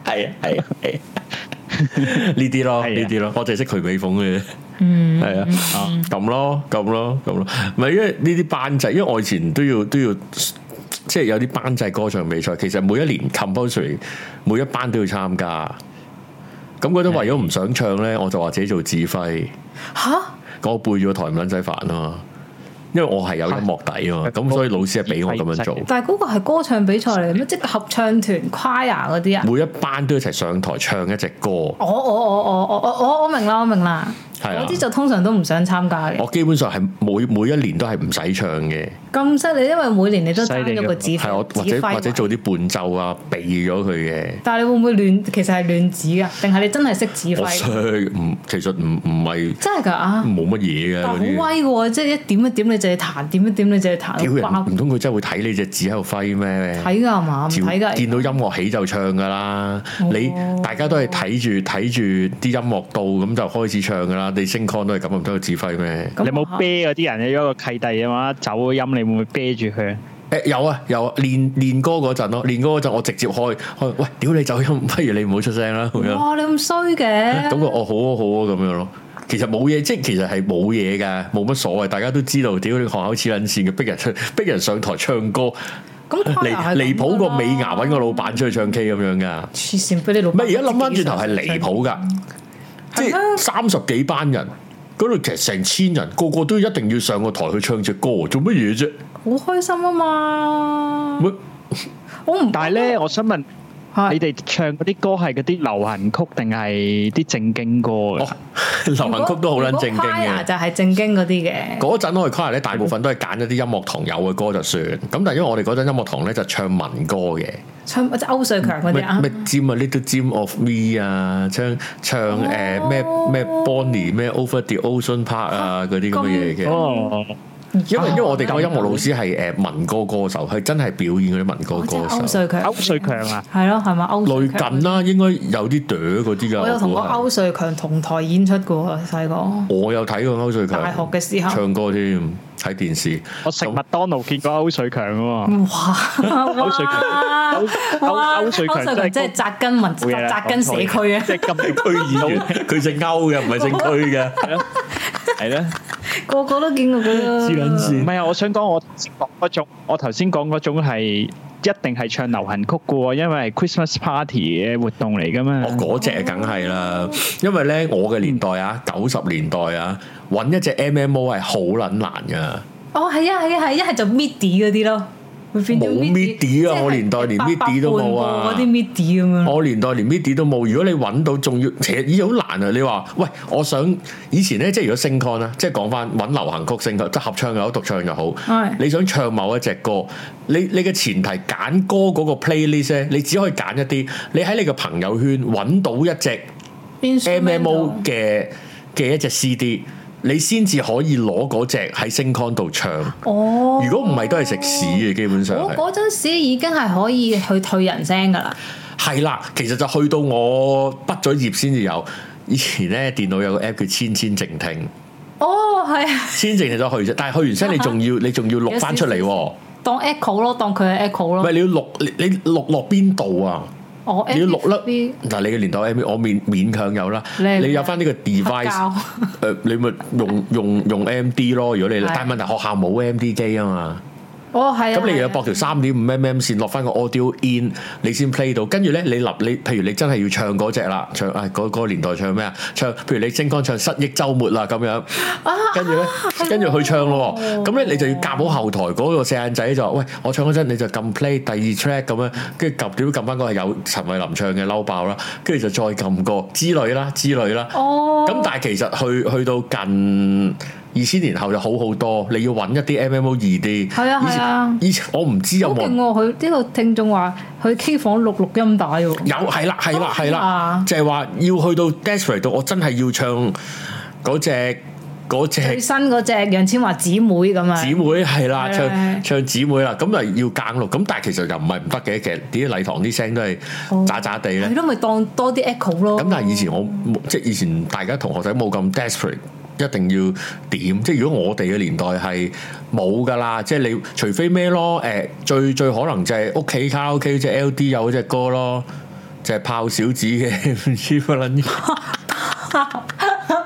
B: 係啊係啊係啊， [laughs] 呢啲咯
C: 係啊
B: 呢啲咯，我淨係識渠美鳳嘅啫。
A: 嗯，
B: 係啊，咁咯，咁咯，咁咯，唔係因為呢啲班制，因為我以前都要都要，即係有啲班制歌唱比賽，其實每一年 compulsory 每一班都要參加。咁嗰陣為咗唔想唱咧，我就話自己做指揮，
A: 吓？
B: 我背咗台唔撚使煩啊嘛，因為我係有音樂底啊嘛，咁所以老師係俾我咁樣做，
A: 但係嗰個係歌唱比賽嚟嘅咩？即係合唱團 choir 嗰啲啊？哦
B: 每一班都一齊上台唱一隻歌。
A: 我我我我我我哦我我明啦，我明啦。
B: 係啊
A: 我啲就通常都唔想參加嘅
B: 我。基本上係每每一年都係唔使唱嘅，
A: 咁犀利，因為每年你都爭咗個指
B: 係我或
A: 指揮
B: 者
A: 位
B: 或者做啲伴奏啊，避咗佢嘅。
A: 但係你會唔會亂？其實係亂指㗎，定係你真係識指
B: 我
A: 揮？
B: 衰唔，其實唔唔係
A: 真係㗎啊！
B: 冇乜嘢嘅
A: 但好啊
B: 嗰
A: 威
B: 啲。
A: 嘅喎，即係一點一點你就係彈，點一點你就係
B: 屌
A: 彈到爆
B: 人，唔通佢真係會睇你隻指喺度揮咩？
A: 睇㗎係哦嘛？唔
B: 照
A: 睇㗎，
B: 見到音樂起就唱噶啦，你大家都係睇住睇住啲音樂到咁就開始唱噶啦，你升 con 都係咁，唔通佢指揮咩？
A: 咁
C: 你有冇
A: 啊
C: 啤嗰啲人有一個契弟啊嘛，走咗音你會唔會啤住佢？
B: 誒有啊有啊，練練歌嗰陣咯，練歌嗰陣我直接開開，喂屌你走音， [laughs] 不如你唔好出聲啦咁樣，
A: 哇！你咁衰嘅，
B: 咁個哦好啊好啊咁樣咯。其實冇嘢，即係其實係冇嘢㗎，冇乜所謂。大家都知道，屌你學口黐撚線嘅，逼人出逼人上台唱歌，
A: 咁
B: 離
A: choir 係咁㗎啦
B: 離譜過美牙揾個老闆出去唱 K 咁樣噶，
A: 黐線，俾你老闆
B: 唔係而家諗翻轉頭係離譜噶，即
A: 係
B: 係
A: 咩
B: 三十幾班人，嗰度其實成千人，個個都一定要上個台去唱隻歌，做乜嘢啫？
A: 好開心啊嘛！
B: 乜
A: 我唔
C: 但係咧，我想問
A: 係
C: 你哋唱嗰啲歌係嗰啲流行曲定係啲正經歌啊
B: 哦
C: 嘅？，
B: 流行曲都好撚正經
A: 如果 choir
B: 嘅。
A: 就係正經嗰啲嘅。
B: 嗰陣我哋 choir 咧，大部分都係揀一啲音樂堂有嘅歌就算。咁但係因為我哋嗰陣音樂堂咧就唱民歌嘅，
A: 唱即係歐瑞強嗰
B: 咩
A: 啲啊
B: 咩，尖啊 Little Dream of Me à, 啊，唱唱誒咩咩 à, Bonnie 咩 Over the Ocean Park à, 啊嗰啲咁嘅嘢嘅。
C: 哦，
B: 因為因為我哋嗰個音樂老師係誒民歌歌手，係真係表演嗰啲民歌
A: 哦即係
B: 歌
A: 歐
B: 手，
A: 瑞強，
C: 歐瑞強啊，
A: 係咯係嘛？歐
B: 類
A: 瑞強
B: 近啦，應該有啲朵嗰啲㗎。
A: 我有同
B: 估
A: 個
B: 係
A: 歐瑞強同台演出嘅喎，細個
B: 我有睇過歐瑞強
A: 大學嘅時候，
B: 唱歌添，睇電視。
C: 我食麥當勞見過歐瑞強喎。
A: 哇！
C: 歐瑞
A: 強
C: 歐歐歐瑞
A: 歐
C: 強
A: 瑞強真係扎根民
C: 冇嘢啦
A: 扎根社
C: 講
A: 區
C: 錯嘢
A: 啊！ [laughs]
C: 即係咁
B: 區議員佢姓歐嘅，唔係姓區嘅。
C: 係咧。
A: 個個都見過佢啦。
C: 唔係啊！我想講我頭先講嗰種，我頭先講嗰種係一定係唱流行曲嘅喎，因為係 Christmas party 嘅活動嚟噶嘛
B: 我。嗰只梗係啦，因為咧我嘅年代啊，九十年代啊，揾一隻 MMO 係好撚難㗎。
A: 哦，係啊，係啊，係一係就 MIDI 嗰啲咯，會變咗
B: 冇 MIDI 啊
A: 即係
B: 我年代連
A: 八百
B: MIDI 都冇
A: 半
B: 啊
A: 部嗰啲 MIDI 咁樣咯。
B: [laughs] 我年代連 MIDI 都冇，如果你揾到，仲要其實咦好難啊！你話喂，我想以前咧，即係如果升 con 啦，即係講翻揾流行曲升 con，即係合唱又好，獨唱又好
A: 係，
B: 你想唱某一隻歌，你你嘅前提揀歌嗰個 playlist 咧，你只可以揀一啲，你喺你嘅朋友圈揾到一隻 MMO
A: Instrumental
B: 嘅嘅一隻 CD，你先至可以攞嗰隻喺升 con 度唱。
A: 哦，
B: 如果唔係，都係食屎嘅，基本上
A: 我
B: 係。
A: 嗰陣時已經係可以去退人聲㗎啦。
B: 係啦，其實就去到我畢咗業先至有。以前咧電腦有個 app 叫千千靜聽，
A: 哦，係啊
B: 千靜聽咗去啫，但係去完聲你
A: [laughs]
B: 仲要你仲要錄翻出嚟喎，
A: 當 echo 咯，當佢係 echo 咯。
B: 喂你要錄你你錄落邊度啊？
A: 我
B: 你要錄
A: MV
B: 粒嗱你嘅年代 M V 我勉勉強有啦，
A: 你啊
B: 你有翻呢個
A: 黑
B: device 呃
A: 膠
B: 誒、你咪用用用 M D 咯，如果你
A: 係
B: 但係問題學校冇 M D 機啊嘛，
A: 哦係啊，
B: 咁你又要
A: 係啊
B: 駁條三點五 mm 線落翻個 audio in，你先 play 到。跟住咧，你立你，譬如你真係要唱嗰只啦，唱啊嗰嗰個年代唱咩啊？唱譬如你星光唱失憶週末啦咁樣，
A: 啊
B: 跟住咧，跟住去唱咯喎。咁咧你就要夾好後台嗰個四眼仔就話：喂，我唱嗰陣你就撳 play 第二 track 咁樣，跟住撳點撳翻個係有陳慧琳唱嘅嬲爆啦，跟住就再撳個之類啦之類啦。
A: 哦，
B: 咁但係其實去去到近二千年後就好好多，你要揾一啲 MMO 易啲。
A: 係啊係啊
B: 以前以前我唔知有
A: 好
B: 冇
A: 勁
B: 人
A: 喎！佢呢個聽眾話去 K 房錄錄音帶喎，
B: 有係啦係啦係啦
A: 啊，
B: 就係話要去到 desperate 到我真係要唱嗰只嗰
A: 最
B: 只。
A: 新嗰只楊千嬅姊妹咁啊，
B: 姊妹係啦，
A: 係
B: 唱
A: 係
B: 唱姊妹啦，咁咪要揀咯。咁但係其實又唔係唔得嘅，其實啲禮堂啲聲都係
A: 哦
B: 渣渣地咧
A: 係。咯，咪當多啲 echo 咯。
B: 咁但係以前我冇即係以前大家同學仔冇咁 desperate，一定要點。即係如果我哋嘅年代係冇㗎啦，即係你除非咩咯？誒、最最可能就係屋企卡拉 OK 即係 LD 有嗰只歌咯，就係、炮小子嘅 [laughs] 唔知乜撚嘢。
A: [laughs] 啊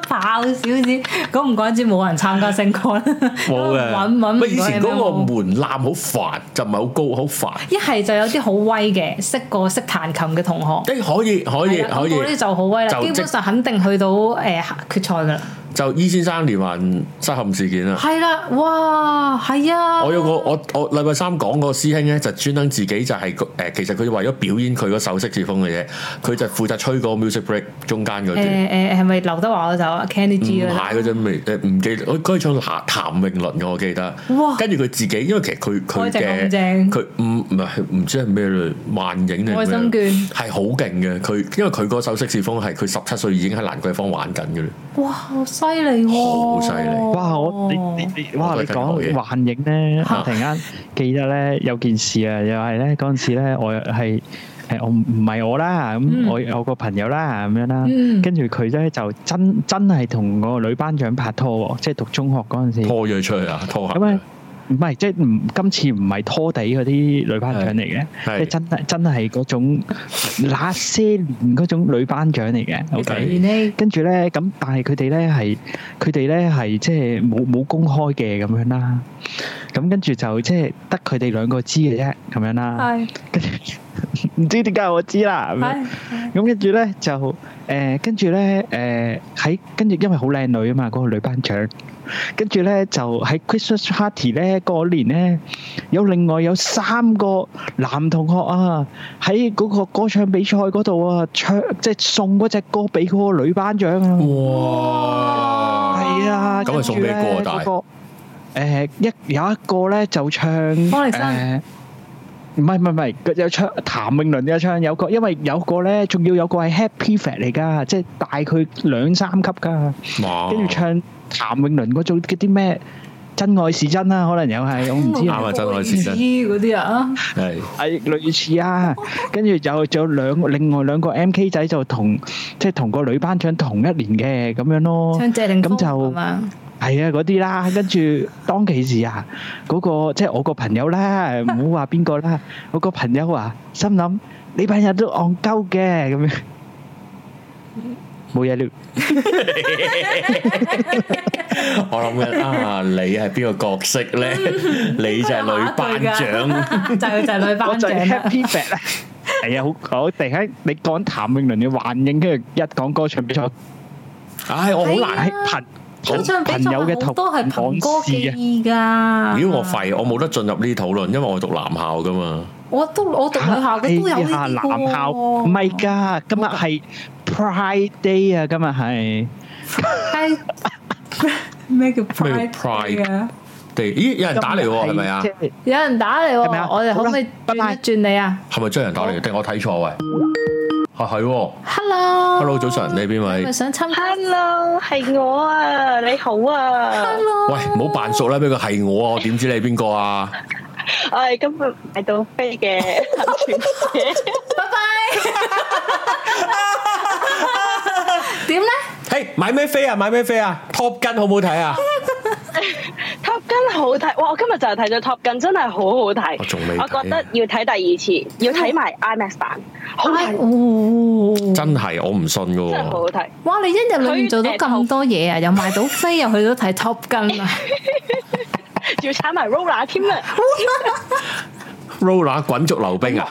A: 爆少少，咁唔怪之冇人參加星光啦，
B: 冇嘅，
A: 揾揾唔
B: 喂以前嗰個
A: 到 MMO
B: 門檻好煩，就唔係好高，好煩。
A: 一係就有啲好威嘅，識個識彈琴嘅同學，
B: 誒可以可
A: 係
B: 以
A: 啦
B: 可
A: 咁嗰
B: 以
A: 啲，就好威啦，
B: 就
A: 基
B: 即
A: 本上肯定去到誒決賽噶啦。
B: 就伊先生連環失陷事件啊！
A: 係啦，哇，係啊，
B: 我有個我我禮拜三講個師兄咧，就專登自己就係、個誒，其實佢為咗表演佢個首飾字風嘅嘢，佢就負責吹個 music break 中間嗰
A: 誒
B: 段。
A: 誒係咪劉德華嗰首啊？Candy
B: 唔
A: G 嗰
B: 係嗰陣未誒唔記得，我佢唱譚譚詠麟嘅我記得
A: 哇，
B: 跟住佢自己，因為其實佢佢
A: 愛情
B: 嘅
A: 陷阱
B: 佢唔唔係唔知係咩嘞幻影定咩
A: 愛心券
B: 係好勁嘅佢，因為佢個首飾字風係佢十七歲已經喺蘭桂坊玩緊嘅嘞。
A: 首，哇，好犀利喎！
B: 好犀利
C: 哇！我你你你哇！
B: 我
C: 你
B: 覺得佢
C: 講
B: 好嘢
C: 幻影咧，
A: 嚇
C: 我突然間記得咧有件事啊，又係咧嗰陣時咧，我係誒我唔唔係我啦，
A: 嗯
C: 咁我有個朋友啦咁樣啦
A: 嗯，
C: 跟住佢咧就真真係同個女班長拍拖喎，即係讀中學嗰陣時。
B: 拖咗佢出去啊，拖下
C: 嗯咁咧唔係即係唔今次唔係拖地嗰啲女班長嚟嘅，
B: 係
C: 即係真係真係嗰種那些年嗰種女班長嚟嘅。O K。
A: 原呢
C: 跟住咧，咁但係佢哋咧係佢哋咧係即係冇冇公開嘅咁樣啦。咁跟住就即係得佢哋兩個知嘅啫，咁樣啦。
A: 係
C: 跟住唔知點解我知啦。咁樣
A: 係
C: 咁跟住咧就誒，跟住咧誒喺跟住因為好靚女啊嘛，嗰個女班長。跟住咧就喺 Christmas party 咧嗰年咧，有另外有三個男同學啊，喺嗰個歌唱比賽嗰度啊，唱即係送嗰只歌俾嗰個女班長啊。
B: 哇！
C: 係啊，
B: 咁係送俾個大
C: 跟住咧嗰個誒一有一個咧就唱
A: 方力申
C: 誒唔係唔係唔係，佢有唱譚詠麟有唱有個，因為有個咧，仲要有個係 Happy Fat 嚟㗎，即係大佢兩三級㗎，
B: 哇
C: 跟住唱譚詠麟嗰種嗰啲咩真愛是真啦，可能又係我唔知啊
B: 啱啊真愛是真
A: 嗰啲啊，
B: 係
C: 係類似啊，跟住有仲有兩個另外兩個 MK 仔就同即係同個女班長同一年嘅咁樣咯，
A: 唱謝霆鋒
C: 咁就
A: 係嘛
C: 係啊，嗰啲啦，跟住當其時啊，嗰、個即係我個朋友啦，唔好話邊個
A: [laughs]
C: 啦，我個朋友啊，心諗你班友都戇鳩嘅咁樣，冇嘢了，
B: 我諗緊啊，你係邊個角色咧？你就係女班長，
A: 就就係女
C: 我
A: 班
C: 就係
A: 長啦。
C: happy fat 啦。係啊，好我突然間你講譚詠麟嘅幻影，跟住一講歌唱比賽，
B: 唉，我好難。
C: 係朋
A: 歌唱比賽
C: 朋友嘅
A: 好
C: 同
A: 多係憑歌
C: 講事
A: 記
C: 啊，
A: 㗎。
B: 如果我廢，我冇得進入呢啲討論，因為我讀男校噶嘛。
A: 我都我讀女校嘅都有呢
C: 下
A: 啲
C: 男校
A: 喎
C: 唔係㗎，今日係 Pride Day 啊，今日係。
A: 係咩叫
B: 咩
A: pride
B: 叫 pride？
A: 嘅？
B: 地咦，有人打嚟喎，係咪啊
C: 即？係
A: 有人打嚟
C: 係咪啊
A: 喎，我哋可唔可以
C: 好啦拜
A: 轉
C: 拜
A: 一轉你啊
B: 係咪真有人打嚟？定我睇錯喂？啊係喎
A: ？Hello，Hello，
B: ，Hello 早晨，你邊位
A: 咪？想參加
D: Hello，係 à, 我啊，你好啊，
A: ？Hello，
B: 喂，唔好扮熟啦，俾佢係我啊，我點知你係邊個啊？
D: 我係今日買到飛嘅幸存者，
A: 拜拜。點咧？
B: 嘿，買咩飛啊？買咩飛啊？Top 跟好唔好睇啊？
D: Top Gun 好睇，哇！我今日就係睇咗 Top Gun，真係好好睇，
B: 我仲未睇
D: 我覺得要睇第二次，要睇埋 IMAX 版，好睇，
A: 哦，
B: 真係我唔信噶
D: 真係好好
B: 喎。
D: 睇。
A: 哇！你一日裏面做到咁多嘢啊，又賣到飛，又去到睇 Top Gun 啊！
D: 仲要踩埋 roller 添啊！
B: roller 滾軸溜冰啊，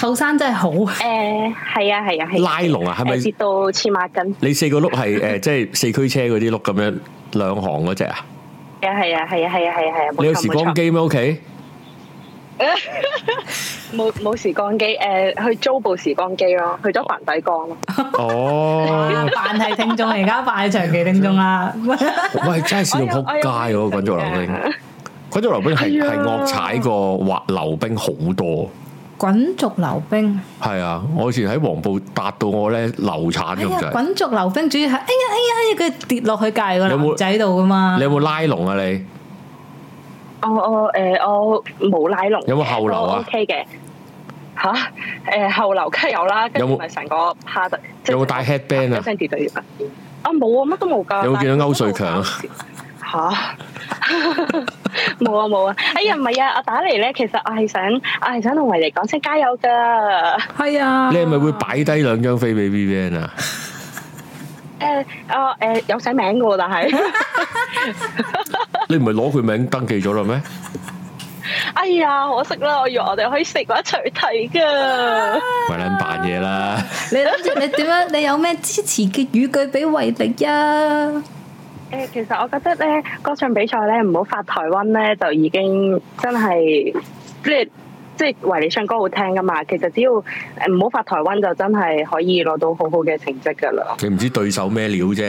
A: 後生真係好，
D: 誒係啊係啊係啊。
B: 拉龍啊，係
D: 誒
B: 咪
D: 跌？到黐孖筋，
B: 你四個碌
A: [laughs]
B: 係誒，即係四驅車嗰啲碌咁樣兩行嗰只啊？
D: 係啊係啊係啊係啊係啊係啊！冇
B: 你有
D: 錯
B: 時光機咩？屋企
D: 冇錯冇冇時光機誒，去租部時光機咯，去咗梵蒂岡咯。
A: [laughs]
B: 哦，
A: 扮係聽眾而家扮係長期聽眾 [laughs] 啦。
B: 喂，真係笑到
D: 我
B: 撲
D: 有
B: 街
D: 我有
B: 喎！滾軸
A: 哎
B: 溜冰，滾軸溜冰係係
C: 係啊
B: 惡踩過滑溜冰好多。
A: 滾軸溜冰，
B: 係啊，我以前喺黃埔搭到我咧流產
A: 哎
B: 咁
A: 呀，
B: 滯。
A: 滾軸溜冰主要係，哎呀哎呀哎呀，佢跌落去隔離個
B: 你有冇
A: 男仔度噶嘛
B: 你。有冇拉龍啊？你
D: 我我哦誒我冇拉龍，
B: 有冇後流啊
D: 我 OK 嘅嚇誒後流梗係有啦，跟
B: 有
D: 住
B: 冇
D: 咪成個趴得，即係
B: 有冇戴 headband
A: [laughs]
D: 一
B: 啊？
D: 聲跌到要啊冇啊，乜都冇㗎。
B: 有冇見到歐瑞強啊
D: 嚇？啊 [laughs] 冇啊冇啊！哎呀唔係啊，我打嚟咧，其實我係想我係想同維尼講聲加油㗎。
A: 係啊，
B: 你係咪會擺低兩張飛俾 VVN
A: [laughs]
B: 啊？
D: 誒啊誒有寫名嘅喎，但係
B: [laughs] 你唔係攞佢名登記咗啦咩？
D: 哎呀可惜啦，我以為我哋可以四個一齊睇㗎。
B: 咪撚扮嘢啦！
A: 你諗住你點樣？你有咩支持嘅語句俾維力啊？
D: 誒，其實我覺得咧，歌唱比賽咧，唔好發台灣咧，就已經真係即係即係維你唱歌好聽噶嘛。其實只要誒唔好發台灣，就真係可以攞到好好嘅成績噶啦。
B: 你唔知對手咩料啫。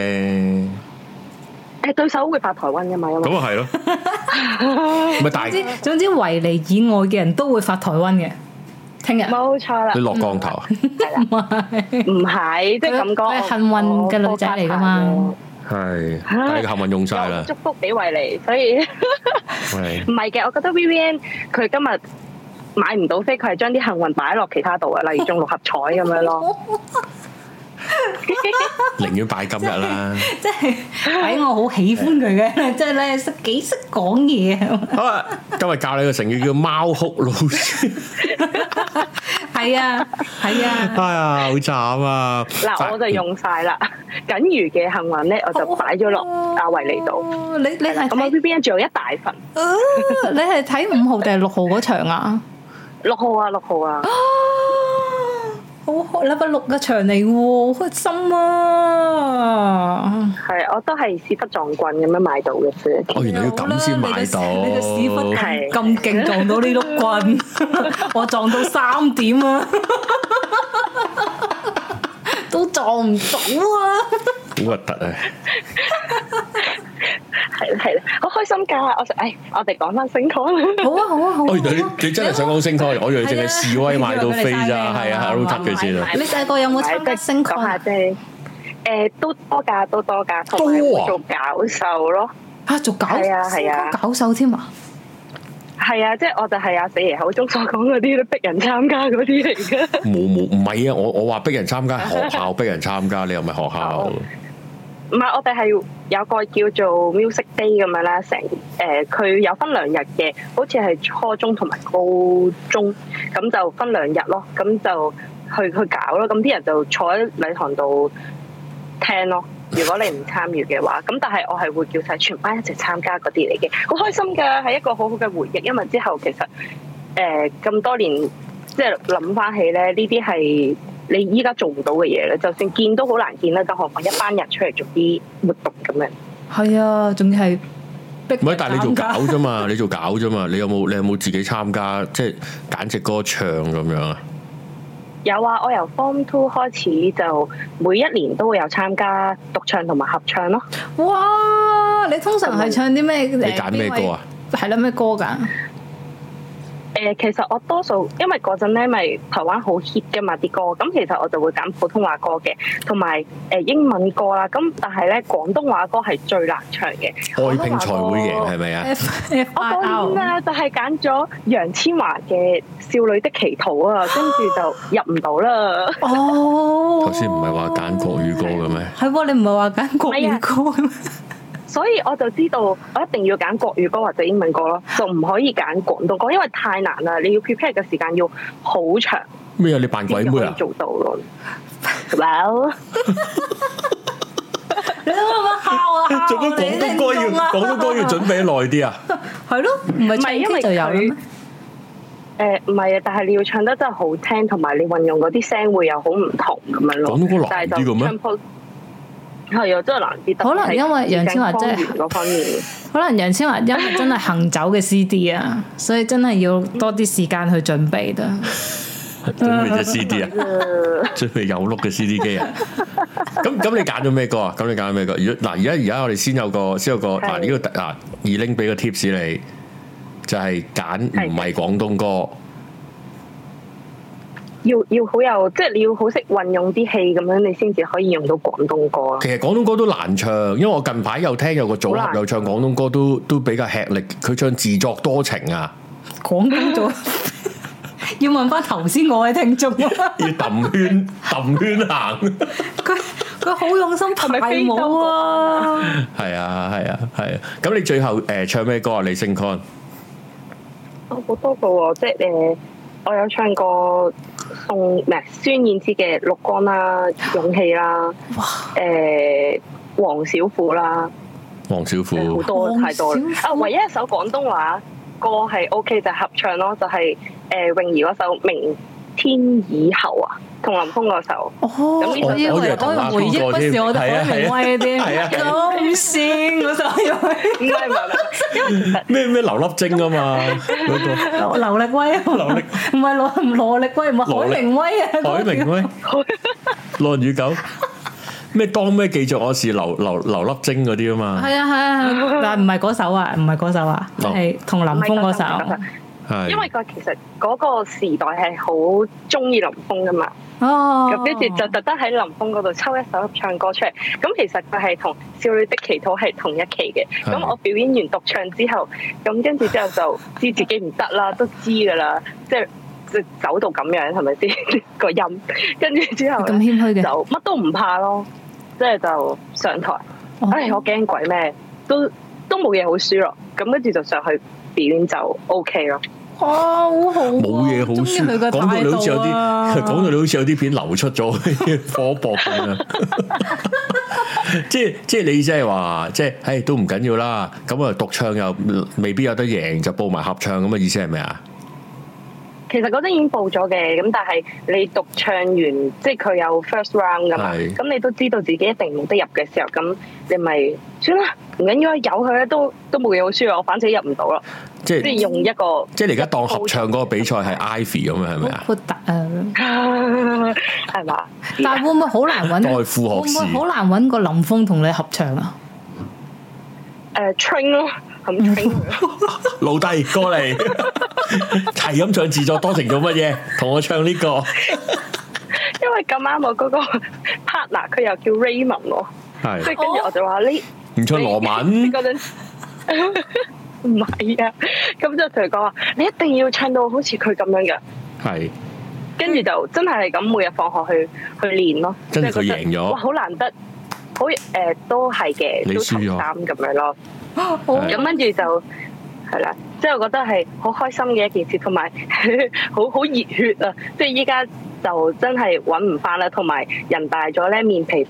D: 誒，對手會發台灣噶嘛，因為
B: 啊係咯， [laughs] 咪大
A: 總之總之，維尼以外嘅人都會發台灣嘅。聽日
D: 冇錯啦
B: 你，落降頭啊？
A: 唔係
D: 唔係即係咁講，
A: 佢係幸運嘅女仔嚟㗎嘛
B: 係，但係幸運用
D: 我，
B: 晒 [laughs]
D: 我
B: 啦。
D: 祝福俾維你，所以
B: 係
D: 唔係嘅，我覺得 VVN 佢今日。買唔到飛，佢係將啲幸運擺落其他度啊，例如中六合彩咁樣咯。
B: 寧願擺今日啦。
A: 即係喺我好喜歡佢嘅， [laughs] 即係咧識幾識講嘢，
B: 好啊，今日教你個成語叫貓哭老 [laughs] 鼠。
A: 係啊係啊，
B: 哎呀，好慘啊！
D: 嗱，我就用晒啦， [laughs] 僅餘嘅幸運咧，我就
B: 啊
D: 擺咗落阿維尼度。
A: 哦。啊你你係
D: 咁我啊
A: 睇
D: B B 仲有一大份，
A: 啊你係睇五號定係六號嗰場啊？
D: 六號啊，六號
B: 哦
D: 啊，
A: 啊好好禮拜六嘅場嚟喎，好開心啊！
D: 係我都係屎忽撞棍咁樣買到嘅啫。
B: 我哦原來要咁先買到。
A: 你個屎忽
D: 係
A: 咁勁撞到呢碌棍，我撞到三點啊！ [laughs] 都撞唔到啊！
B: 好核突啊！
D: 係係啦，好開心㗎！我唉，我哋講翻
B: [laughs]
D: 星光啦。
A: 好啊好啊好啊！
B: 我哦原來你你真係想講升 [laughs] 開，我以為你淨
A: 係啊
B: 係示威買到
A: 你以
B: 飛咋，
A: 為佢哋晒
B: 係啊，
A: 命
B: 我
A: 啊
B: 都得佢先啊。
A: 你細個有冇參加星啊
D: 講下
A: 礦
D: 啫。誒都多㗎，都多㗎，同埋
B: 多啊
D: 會做搞手咯。
A: 啊？做搞
D: 係啊係啊
A: 星光搞手添啊！
D: 係啊，即係我就係阿死爺口中所講嗰啲逼人參加嗰啲嚟嘅。
B: 冇冇唔係啊！我我話逼人參加，學校逼人參加，你又唔係學校
D: 哦。唔係，我哋係有個叫做 Music Day 咁樣啦，成誒佢有分兩日嘅，好似係初中同埋高中，咁就分兩日咯，咁就去去搞咯，咁啲人就坐喺禮堂度聽咯。如果你唔參與嘅話，咁但係我係會叫晒全班一齊參加嗰啲嚟嘅，好開心㗎，係一個好好嘅回憶，因為之後其實誒咁、多年，即係諗翻起咧，呢啲係你依家做唔到嘅嘢咧，就算見都好難見啦，更何況一班人出嚟做啲活動咁樣。
A: 係啊，仲要係逼
B: 唔係，但係你做
A: 人參
B: 搞
A: 加
B: 啫嘛，你做搞啫嘛，你有冇你有冇自己參加即係揀隻歌唱咁樣啊？
D: 有啊，我由 Form Two 開始就每一年都會有參加獨唱同埋合唱咯。
A: 哇！你通常係唱啲咩？你
B: 你揀咩歌啊？
A: 係啦，咩歌
B: [laughs]
A: 㗎？
D: 誒、其實我多數因為嗰陣咧，咪台灣好 hit 噶嘛啲歌，咁其實我就會揀普通話歌嘅，同埋誒英文歌啦。咁但係咧，廣東話歌係最難唱嘅。
B: 愛拼才會贏係咪啊？
A: F F
D: 我
A: I
D: 當
A: R
D: 然啦，就係揀咗楊千嬅嘅《少女的祈禱》啊，跟住就入唔到啦。
A: 哦，
B: 頭先唔係話揀國語歌嘅咩？
A: 係喎，你唔係話揀國語歌嘅咩？
D: 所以我就知道我一定要揀國語歌或者英文歌咯，就唔可以揀廣東歌，因為太難啦。你要 prepare 嘅時間要好長
B: 咩啊？你扮鬼
D: 先至
B: 妹
D: 可以
B: 啊？
D: 做到咯。Well，
A: 你諗唔諗敲啊？
B: [laughs]
D: 啊
B: 做乜廣東歌要廣東歌要準備耐啲啊？
A: [laughs] 係咯，唔係
D: 唔係因
A: 唱 K
D: 為
A: 就有啦咩
D: 佢？誒唔係啊，但係你要唱得真係好聽，同埋你運用嗰啲聲會有好唔同咁樣
B: 廣
D: 咯。
B: 東歌難
D: 但係
B: 啲嘅
D: 就
B: 咩
D: tempo 係啊，真係難啲。特別
A: 可能
D: 係
A: 因為楊千嬅真係
D: 時間方面嗰方面，
A: 可能楊千嬅因為真係行走嘅 CD 啊，所以真係要多啲時間去準備
B: [laughs]
A: 啦。
B: [laughs] 準備隻 CD 啊，
D: 嗯
B: 準備有碌嘅 CD 機啊。咁咁你揀咗咩歌啊？咁你揀咗咩歌？如果嗱，而家而家我哋先有個先有個嗱呢
D: 係
B: 個嗱，二拎俾個 tips 你，就係揀唔係廣東歌。
D: 要要好有，即係你要好識運用啲氣咁樣，你先至可以用到廣東歌啊咯。
B: 其實廣東歌都難唱，因為我近排有聽有個組
D: 好
B: 合
D: 難
B: 有唱廣東歌都都比較吃力，佢唱自作多情啊，
A: 講緊咗， [laughs] 要問翻頭先我嘅聽
B: [laughs]
A: 眾啊，
B: 要揼 [laughs] 圈揼圈行。
A: 佢佢好用心排
D: 非洲
A: 舞啊！
B: 係啊，係啊，係啊。咁你最後誒、呃唱咩歌啊？你升 con
D: 我哦好多個喎，即係誒，我有唱過宋唔係孫燕姿嘅《綠光》啦，《勇氣》啦，誒黃小虎啦，
B: 黃小
D: 誒好
B: 虎。
D: 多
A: 黃
D: 太多啦
A: 小
D: 啊！
A: 虎
D: 唯一一首廣東話歌係 O K 就係合唱咯，就係誒泳兒嗰首《明天以後》啊，同林峰嗰
A: [laughs]
D: 首。
A: 哦，我以
D: 咁呢
A: 為
D: 首
A: 我以為
B: 我以為
A: 回憶不是我的海明威啲，
B: [laughs] 係啊係啊
A: 咁先嗰首
B: [laughs]
A: 因為
D: 唔係唔係唔係，因為其實
B: 咩咩劉粒精啊嘛，嗰
A: 劉劉力威啊，
B: 劉力
A: 唔係羅唔羅力威，唔係
B: 羅力
A: 海明威啊，
D: [laughs]
B: 個海明威、羅人與狗，咩當咩記着我是劉劉劉粒精嗰啲啊嘛，
A: 係啊係
B: [laughs]
A: 啊，但唔係嗰首啊，唔係嗰首啊，
B: 哦
A: 係同林峰嗰首。
B: 係
D: 因為佢其實嗰個時代係好中意林峰噶嘛。
A: 哦，
D: 咁跟住就特登喺林峰嗰度抽一首合唱歌出嚟。咁其實佢係同《少女的祈禱》係同一期嘅。
B: 係
D: 咁我表演完獨唱之後，咁跟住之後就知自己唔得啦，都知㗎啦，即係即係走到咁樣係咪先 [laughs] 個音？跟住之後
A: 咁
D: 呢
A: 謙虛
D: 就
A: 嘅，
D: 乜都唔怕咯，即係就上台。
A: 哦
D: 唉，我驚鬼咩？都都冇嘢好輸咯。咁跟住就上去表演就 OK 咯。
A: 哦，好好啊，
B: 冇嘢好
A: 中意佢
B: 輸，
A: 個
B: 講到你好似有
A: 態度
B: 啲，
A: 啊
B: [laughs] 講到你好似有啲片流出咗 [laughs] 火博咁樣。即係即係你即係話，即係，唉，都唔緊要啦。咁啊，獨唱又未必有得贏，就報埋合唱咁嘅意思係咪啊？
D: 其實嗰陣已經報咗嘅，咁但係你讀唱完，即係佢有 first round 噶嘛，
B: 係
D: 咁你都知道自己一定冇得入嘅時候，咁你咪算啦，唔緊要啊，有佢啦，都都冇嘢好輸啊，我反正入唔到啦，
B: 即
D: 即係
B: 係
D: 用一個 [laughs]
B: 即係你而家當合唱嗰個比賽係 Ivy 咁樣係咪啊？
A: 好突啊！
D: 係嘛？
A: 但係會唔會好難揾？
B: 代副學士
A: 會唔會好難揾個林峰同你合唱啊？
D: 誒 train 咯，咁 train 佢咯
B: 老弟過嚟， [laughs] 係咁唱自作多情做乜嘢？同我唱呢個
D: 因為咁啱我嗰個 partner 佢又叫 Raymond 喎，即係
B: 係
D: 跟住我就話你。
B: 唔唱羅
D: 你
B: 文
D: 嗰陣 [laughs] 唔係啊，咁就同佢講話，你一定要唱到好似佢咁樣嘅，
B: 係
D: 跟住就真係咁每日放學去去練咯。
B: 跟嗯住佢
D: 即係覺得
B: 贏咗
D: 哇！好難得，好誒、都係嘅，
B: 你
D: 都
B: 輸咗哦
D: 頭三咁樣咯。
A: 我
B: 係
D: 咁跟住就係啦，即係我覺得係好開心嘅一件事，同埋 [laughs] 好好熱血啊！即係依家就真係揾唔翻啦，同埋人大咗咧，面皮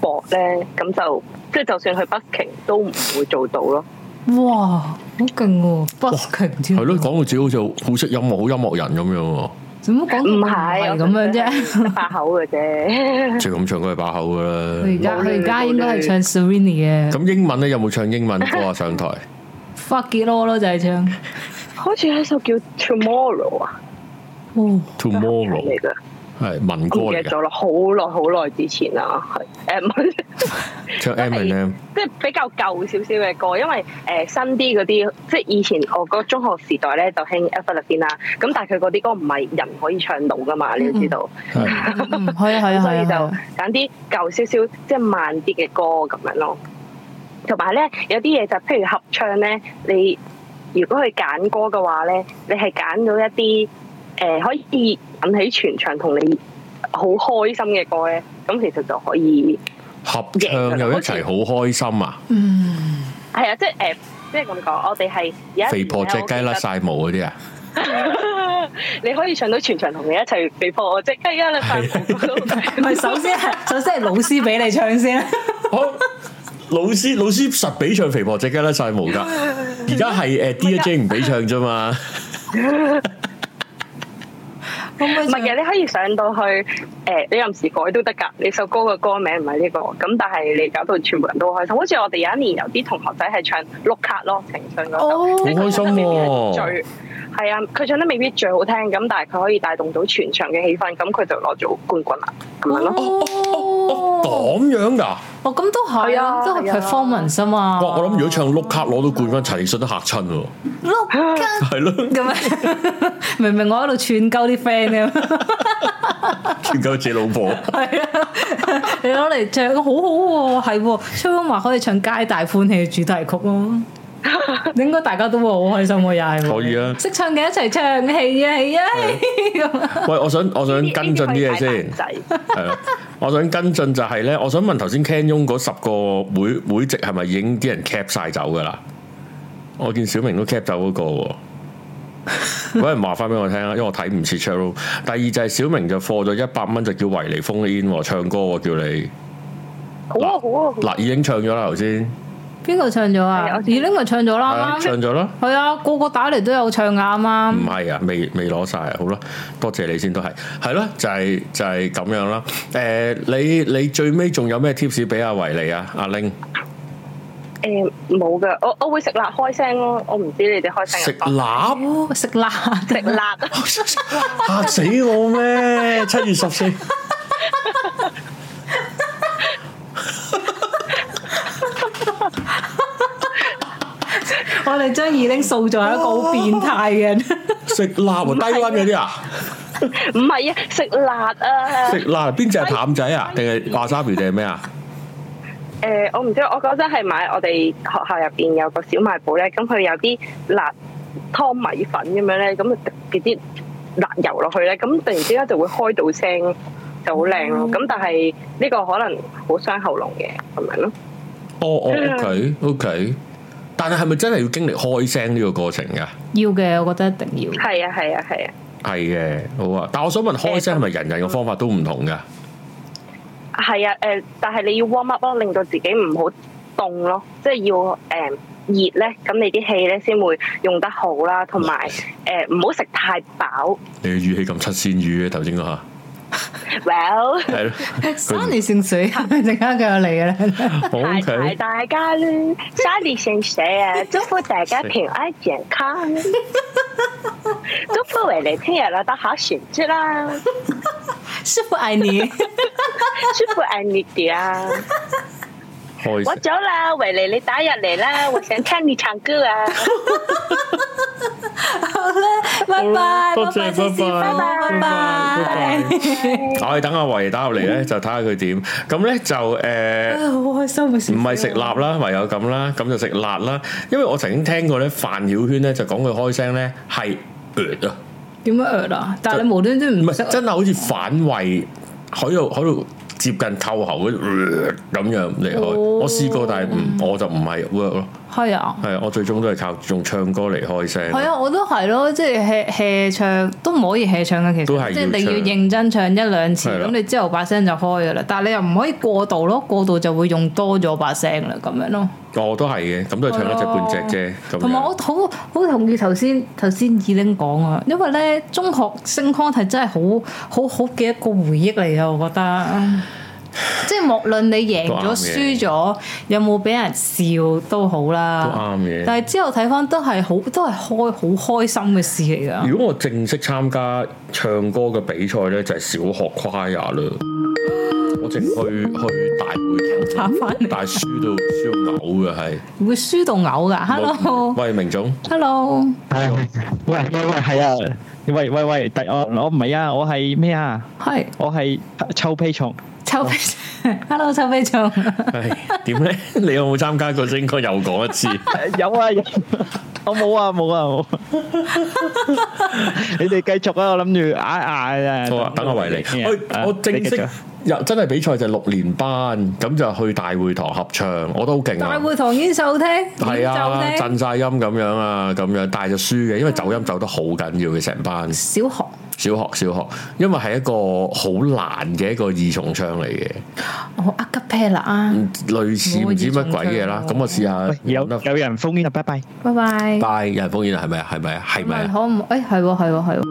D: 薄咧，咁就即係就算去 busking 都唔會做到咯。
A: 哇，好勁喎！busking 添，
B: 係咯，講到自己好似好識音樂、好音樂人咁樣喎。
A: 做乜講到
D: 唔
A: 哦唔係
D: 係
A: 咁樣啫？
D: 啫，把口
B: [laughs]
D: 嘅啫。
B: 最咁唱歌係把口噶
A: 佢而
B: 啦。
D: [laughs]
A: 家佢
D: 冇理
A: 而家
D: 冇
A: 應該係
D: 理
A: 唱 Serrini 嘅
B: 咁英文咧有冇唱英文歌啊？上台
D: [laughs]
A: Fuck It All 咯，就係唱
D: 好似有一首叫 Tomorrow 啊
A: 哦，
B: Tomorrow
D: 嚟嘅，
B: 係民歌
D: 我唔記
B: 嚟嘅，
D: 得咗啦，好耐好耐之前啦，係誒唔係 [laughs]
B: 唱 M and M
D: 即係比較舊少少嘅歌，因為誒、呃新啲嗰啲，即係以前我個中學時代咧就興 a p h e l i n 啦，咁但係佢嗰啲歌唔係人可以唱到噶嘛，你要知道，
B: 係
A: 嗯嗯係啊係
D: 咁
A: 啊
D: 所以
A: 係
D: 就
A: 啊，
D: 揀啲舊少少即係慢啲嘅歌咁樣咯。同埋咧，有啲嘢就譬如合唱咧，你如果去揀歌嘅話咧，你係揀到一啲誒、呃可以引起全場同你好開心嘅歌咧，咁其實就可以。
B: 合唱又一齊好開心啊！
A: 嗯，
D: 係啊，即係誒、呃即係咁講，我哋係有一
B: 肥婆隻雞甩
D: 啦，
B: 晒毛嗰啲啊！
D: [laughs] 你可以唱到全場同你一齊肥婆隻雞啊！你發夢
A: 啊
D: [laughs]
A: 唔係首先係首先係老師俾你唱先啦，
B: 好老師老師實俾唱肥婆隻雞甩晒毛㗎，而家
D: [laughs]
B: 係誒 DJ 唔俾唱啫嘛。
A: 可
B: 嗯
A: 唔可以
D: 唔係嘅，你可以上到去誒、你臨時改都得㗎。你首歌嘅歌名唔係呢個，咁但係你搞到全部人都好開心。好似我哋有一年有啲同學仔係唱碌卡咯，情信嗰首，
A: 哦
B: 好開心喎
D: 最係啊，佢唱得未必最好聽，咁但係佢可以帶動到全場嘅氣氛，咁佢就攞咗冠軍啦，咁樣咯。
A: 哦，
B: 咁樣㗎？
A: 哦，咁都係
D: 係啊
A: 啊，都係
D: 係啊
A: performance 啊嘛。
D: 哦
B: 哇！我諗如果唱碌卡攞到冠軍，陳奕迅都嚇親喎。
A: 碌卡
B: 係咯，
A: 咁樣，明明我喺度串鳩啲 friend 咁，
B: 全夠借老
D: [laughs]
B: 婆。
A: 係啊，你攞嚟唱好好喎，係喎，崔永華可以唱《皆大歡喜》嘅主題曲咯。應該大家都會好開心喎，又係喎
B: 可以啊
A: 識唱嘅一齊唱，係啊係啊係咁啊。
B: 喂，我想我想跟進啲嘢
D: 呢
B: 先
D: 啲。可以帶大仔
B: 係啦，我想跟進就係咧，我想問頭先 Ken Yung 嗰十個會會籍係咪已經啲人 cap 晒走㗎啦？我見小明都 cap 走嗰
A: [laughs]
B: 個喎。有人話翻俾我聽啊，因為我睇唔切 c h a r l 第二就係小明就貨咗一百蚊，就叫維尼封煙喎，唱歌喎叫你
D: 好啊好啊，好啊
B: 嗱已經唱咗啦頭先，
A: 邊個唱咗
D: 係
A: 啊
D: 啊？我
A: 二玲咪唱咗
B: 係啊
A: 啦，啱啱。
B: 唱咗啦。
A: 係啊，個個打嚟都有唱噶，啱啱
B: 唔。係啊，未未攞晒啊，好啦，多謝你先都係，係咯，就係、就係、咁樣啦。誒、你你最尾仲有咩 tips 俾阿維尼啊，阿玲
D: 誒冇㗎，我我會食辣開聲咯，我唔知你哋開
A: 哎
D: 聲
B: 食
D: 有冇
B: 臘
A: 哦，食辣，
D: 食辣。啊
B: 嚇死我咩？七月十四，
A: [laughs] 我哋將二玲塑造係一個好變態嘅人。
B: 食臘啊，低温嗰啲啊，
D: 唔係啊，食辣啊！
B: 食臘邊只係淡仔啊，定係華沙比定係咩啊？
D: 誒、我唔知，我嗰陣係買我哋學校入邊有個小賣部咧，咁佢有啲辣湯米粉咁樣咧，咁滴啲辣油落去咧，咁突然之間就會開到聲，就好靚咯。咁但係呢個可能好傷喉嚨嘅咁樣咯。
B: 哦哦，OK OK，但係係咪真係要經歷開聲呢個過程㗎？
A: 要嘅，我覺得一定要。
D: 係啊，係啊，係啊，
B: 係嘅，好啊。但我想問開聲係咪人人嘅方法都唔同㗎？
D: 係啊，誒、但係你要 warm up 咯，令到自己唔好凍咯，即係要誒、熱咧，咁你啲氣咧先會用得好啦，同埋誒唔好食太飽。
B: 你嘅語氣咁七仙語嘅頭先嗰下，
D: Well，
B: 係咯。
A: 三年聖 [laughs] 水，陣間佢又嚟嘅咧。
D: 排
B: O
D: 排
B: K，
D: 大家咧，沙利先生啊，祝福大家平安健康，祝福維尼聽日攞到好成績啦，
A: 師傅愛你，
D: 祝福愛你哋啊！
B: 開
D: 我
B: 聲
D: 走啦，維尼你打入嚟啦，我想聽你唱歌啊！
A: 好啦，拜拜，
B: 多謝
A: 拜拜，拜拜，拜拜。
B: 我哋等阿維打入嚟咧，就睇下佢點。咁咧就誒。
A: 啊 [laughs] 好開心嘅事。
B: 唔係食辣啦，唯有咁啦，咁就食辣啦。因為我曾經聽過咧，范曉萱咧就講佢開聲咧係呃啊，
A: 點樣呃啊？但係你無端端
B: 唔
A: 唔啊識
B: 係真係好似反胃，喺度喺度接近扣喉嗰啲呃咁樣離開。
A: 哦
B: 我試過，但係唔我就唔係 work 咯，
A: 係啊。
B: 係啊我最終都係靠用唱歌嚟開聲。
A: 係啊，我都係咯，即係 hea hea 唱都唔可以 hea 唱嘅，其
B: 都係要
A: 實即係你要
B: 唱
A: 認真唱一兩次，
B: 係啦
A: 咁你之後把聲就開噶啦。但係你又唔可以過度咯，過度就會用多咗把聲啦，咁樣咯。
B: 我哦都係嘅，咁都係唱一隻半隻啫。咁
A: 同埋我
B: 樣
A: 好好同意頭先頭先二玲講啊，因為咧中學升 con 係真係好好好嘅一個回憶嚟嘅，我覺得。即係無論你贏
B: 都
A: 咗、
B: 啱嘅
A: 輸咗，有冇俾人笑都好
B: 都
A: 啦。
B: 啱嘅。
A: 但係之後睇翻都係好都係開好開心嘅事嚟㗎。
B: 如果我正式參加唱歌嘅比賽咧，就係、小學 choir 啦。我淨去去大會
A: 插翻嚟，
B: 但係輸到輸到嘔嘅係。
A: 會輸到嘔噶。Hello，Hello，
B: 喂，明總，
C: 喂喂喂，係啊，喂喂喂，第我我唔係啊，我係咩啊？
A: 係
C: 我係臭屁蟲，
A: 臭飛 [laughs] ，Hello 臭
B: [laughs]
A: 飛蟲，
B: 係點咧？你有冇參加過？應該又講一次。
C: [laughs] 有啊有，我冇啊冇啊冇啊。你哋繼續啊，我諗住嗌嗌啊。
B: 好啊，等我維你。
C: 啊
B: 我我正
C: 你繼續
B: 式又真係比賽就六年班，咁就去大會堂合唱，我都好勁
A: 大
B: 啊！
A: 會堂演奏廳，
B: 係啊，
A: 演奏廳，
B: 震晒音咁樣啊，咁樣，但係就輸嘅，因為走音走得好緊要嘅成班。
A: 小學
B: 小學小學，因為係一個好難嘅一個二重唱嚟嘅，
A: 我呃吉 pair 啦啊，
B: 類似唔知乜鬼嘢啦。
A: 哦
B: 咁我試下
C: 喂，有
B: 得
C: 有人封煙啊，拜拜。
A: 拜拜。
B: 拜有人封煙啊，係咪啊？係咪啊？係咪
A: 問
B: 啊？
A: 可唔？誒係喎係喎係喎，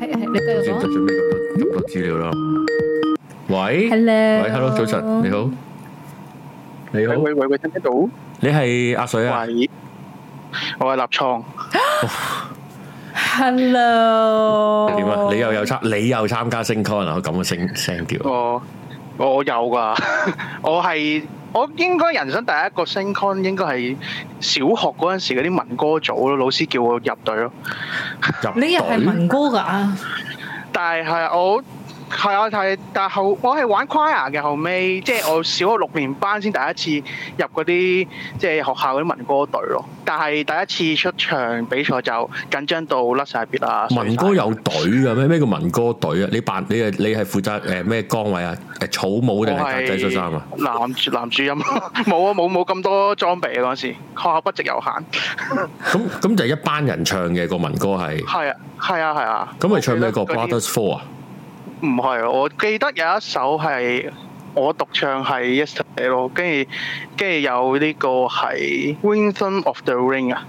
A: 係係你繼
B: 好似
A: 續
B: 得
A: 講。
B: 準備咁多咁多資料啦。喂
A: Hello
B: 喂，hello，早晨，你好，你好，
E: 喂喂喂，聽唔聽到？
B: 你係阿水啊？
E: 喂，我係立創，
A: Hello。
B: 點啊？你又有參，你又參加升 con 啊？咁嘅聲聲調，
E: 我我有 [laughs] 噶，我係我應該人生第一個升 con 應該係小學嗰陣時嗰啲民歌組咯，老師叫我入隊咯，
B: 入
A: 你又係
B: 隊
A: 民歌㗎？
E: 但係係我。係啊，係，但後我係玩 choir 嘅，後尾即係我小學六年班先第一次入嗰啲即係學校嗰啲民歌隊咯。但係第一次出場比賽就緊張到甩晒別啦。
B: 民歌有隊嘅咩？咩叫民歌隊啊？你扮你係你係負責誒咩崗位啊？誒草帽定係格仔恤衫啊？
E: 我係男主男主音 [laughs] 冇啊冇冇咁多裝備啊嗰陣時，學校不值有限。 [laughs]
B: 咁咁就係一班人唱嘅個民歌係，
E: 係啊係啊係啊。
B: 咁咪唱咩個
E: 我記得嗰啲
B: Brothers Four 啊？
E: 唔係，我記得有一首係我獨唱係 Yesterday 咯，跟住跟住有呢個係 Winston of the Ring 啊，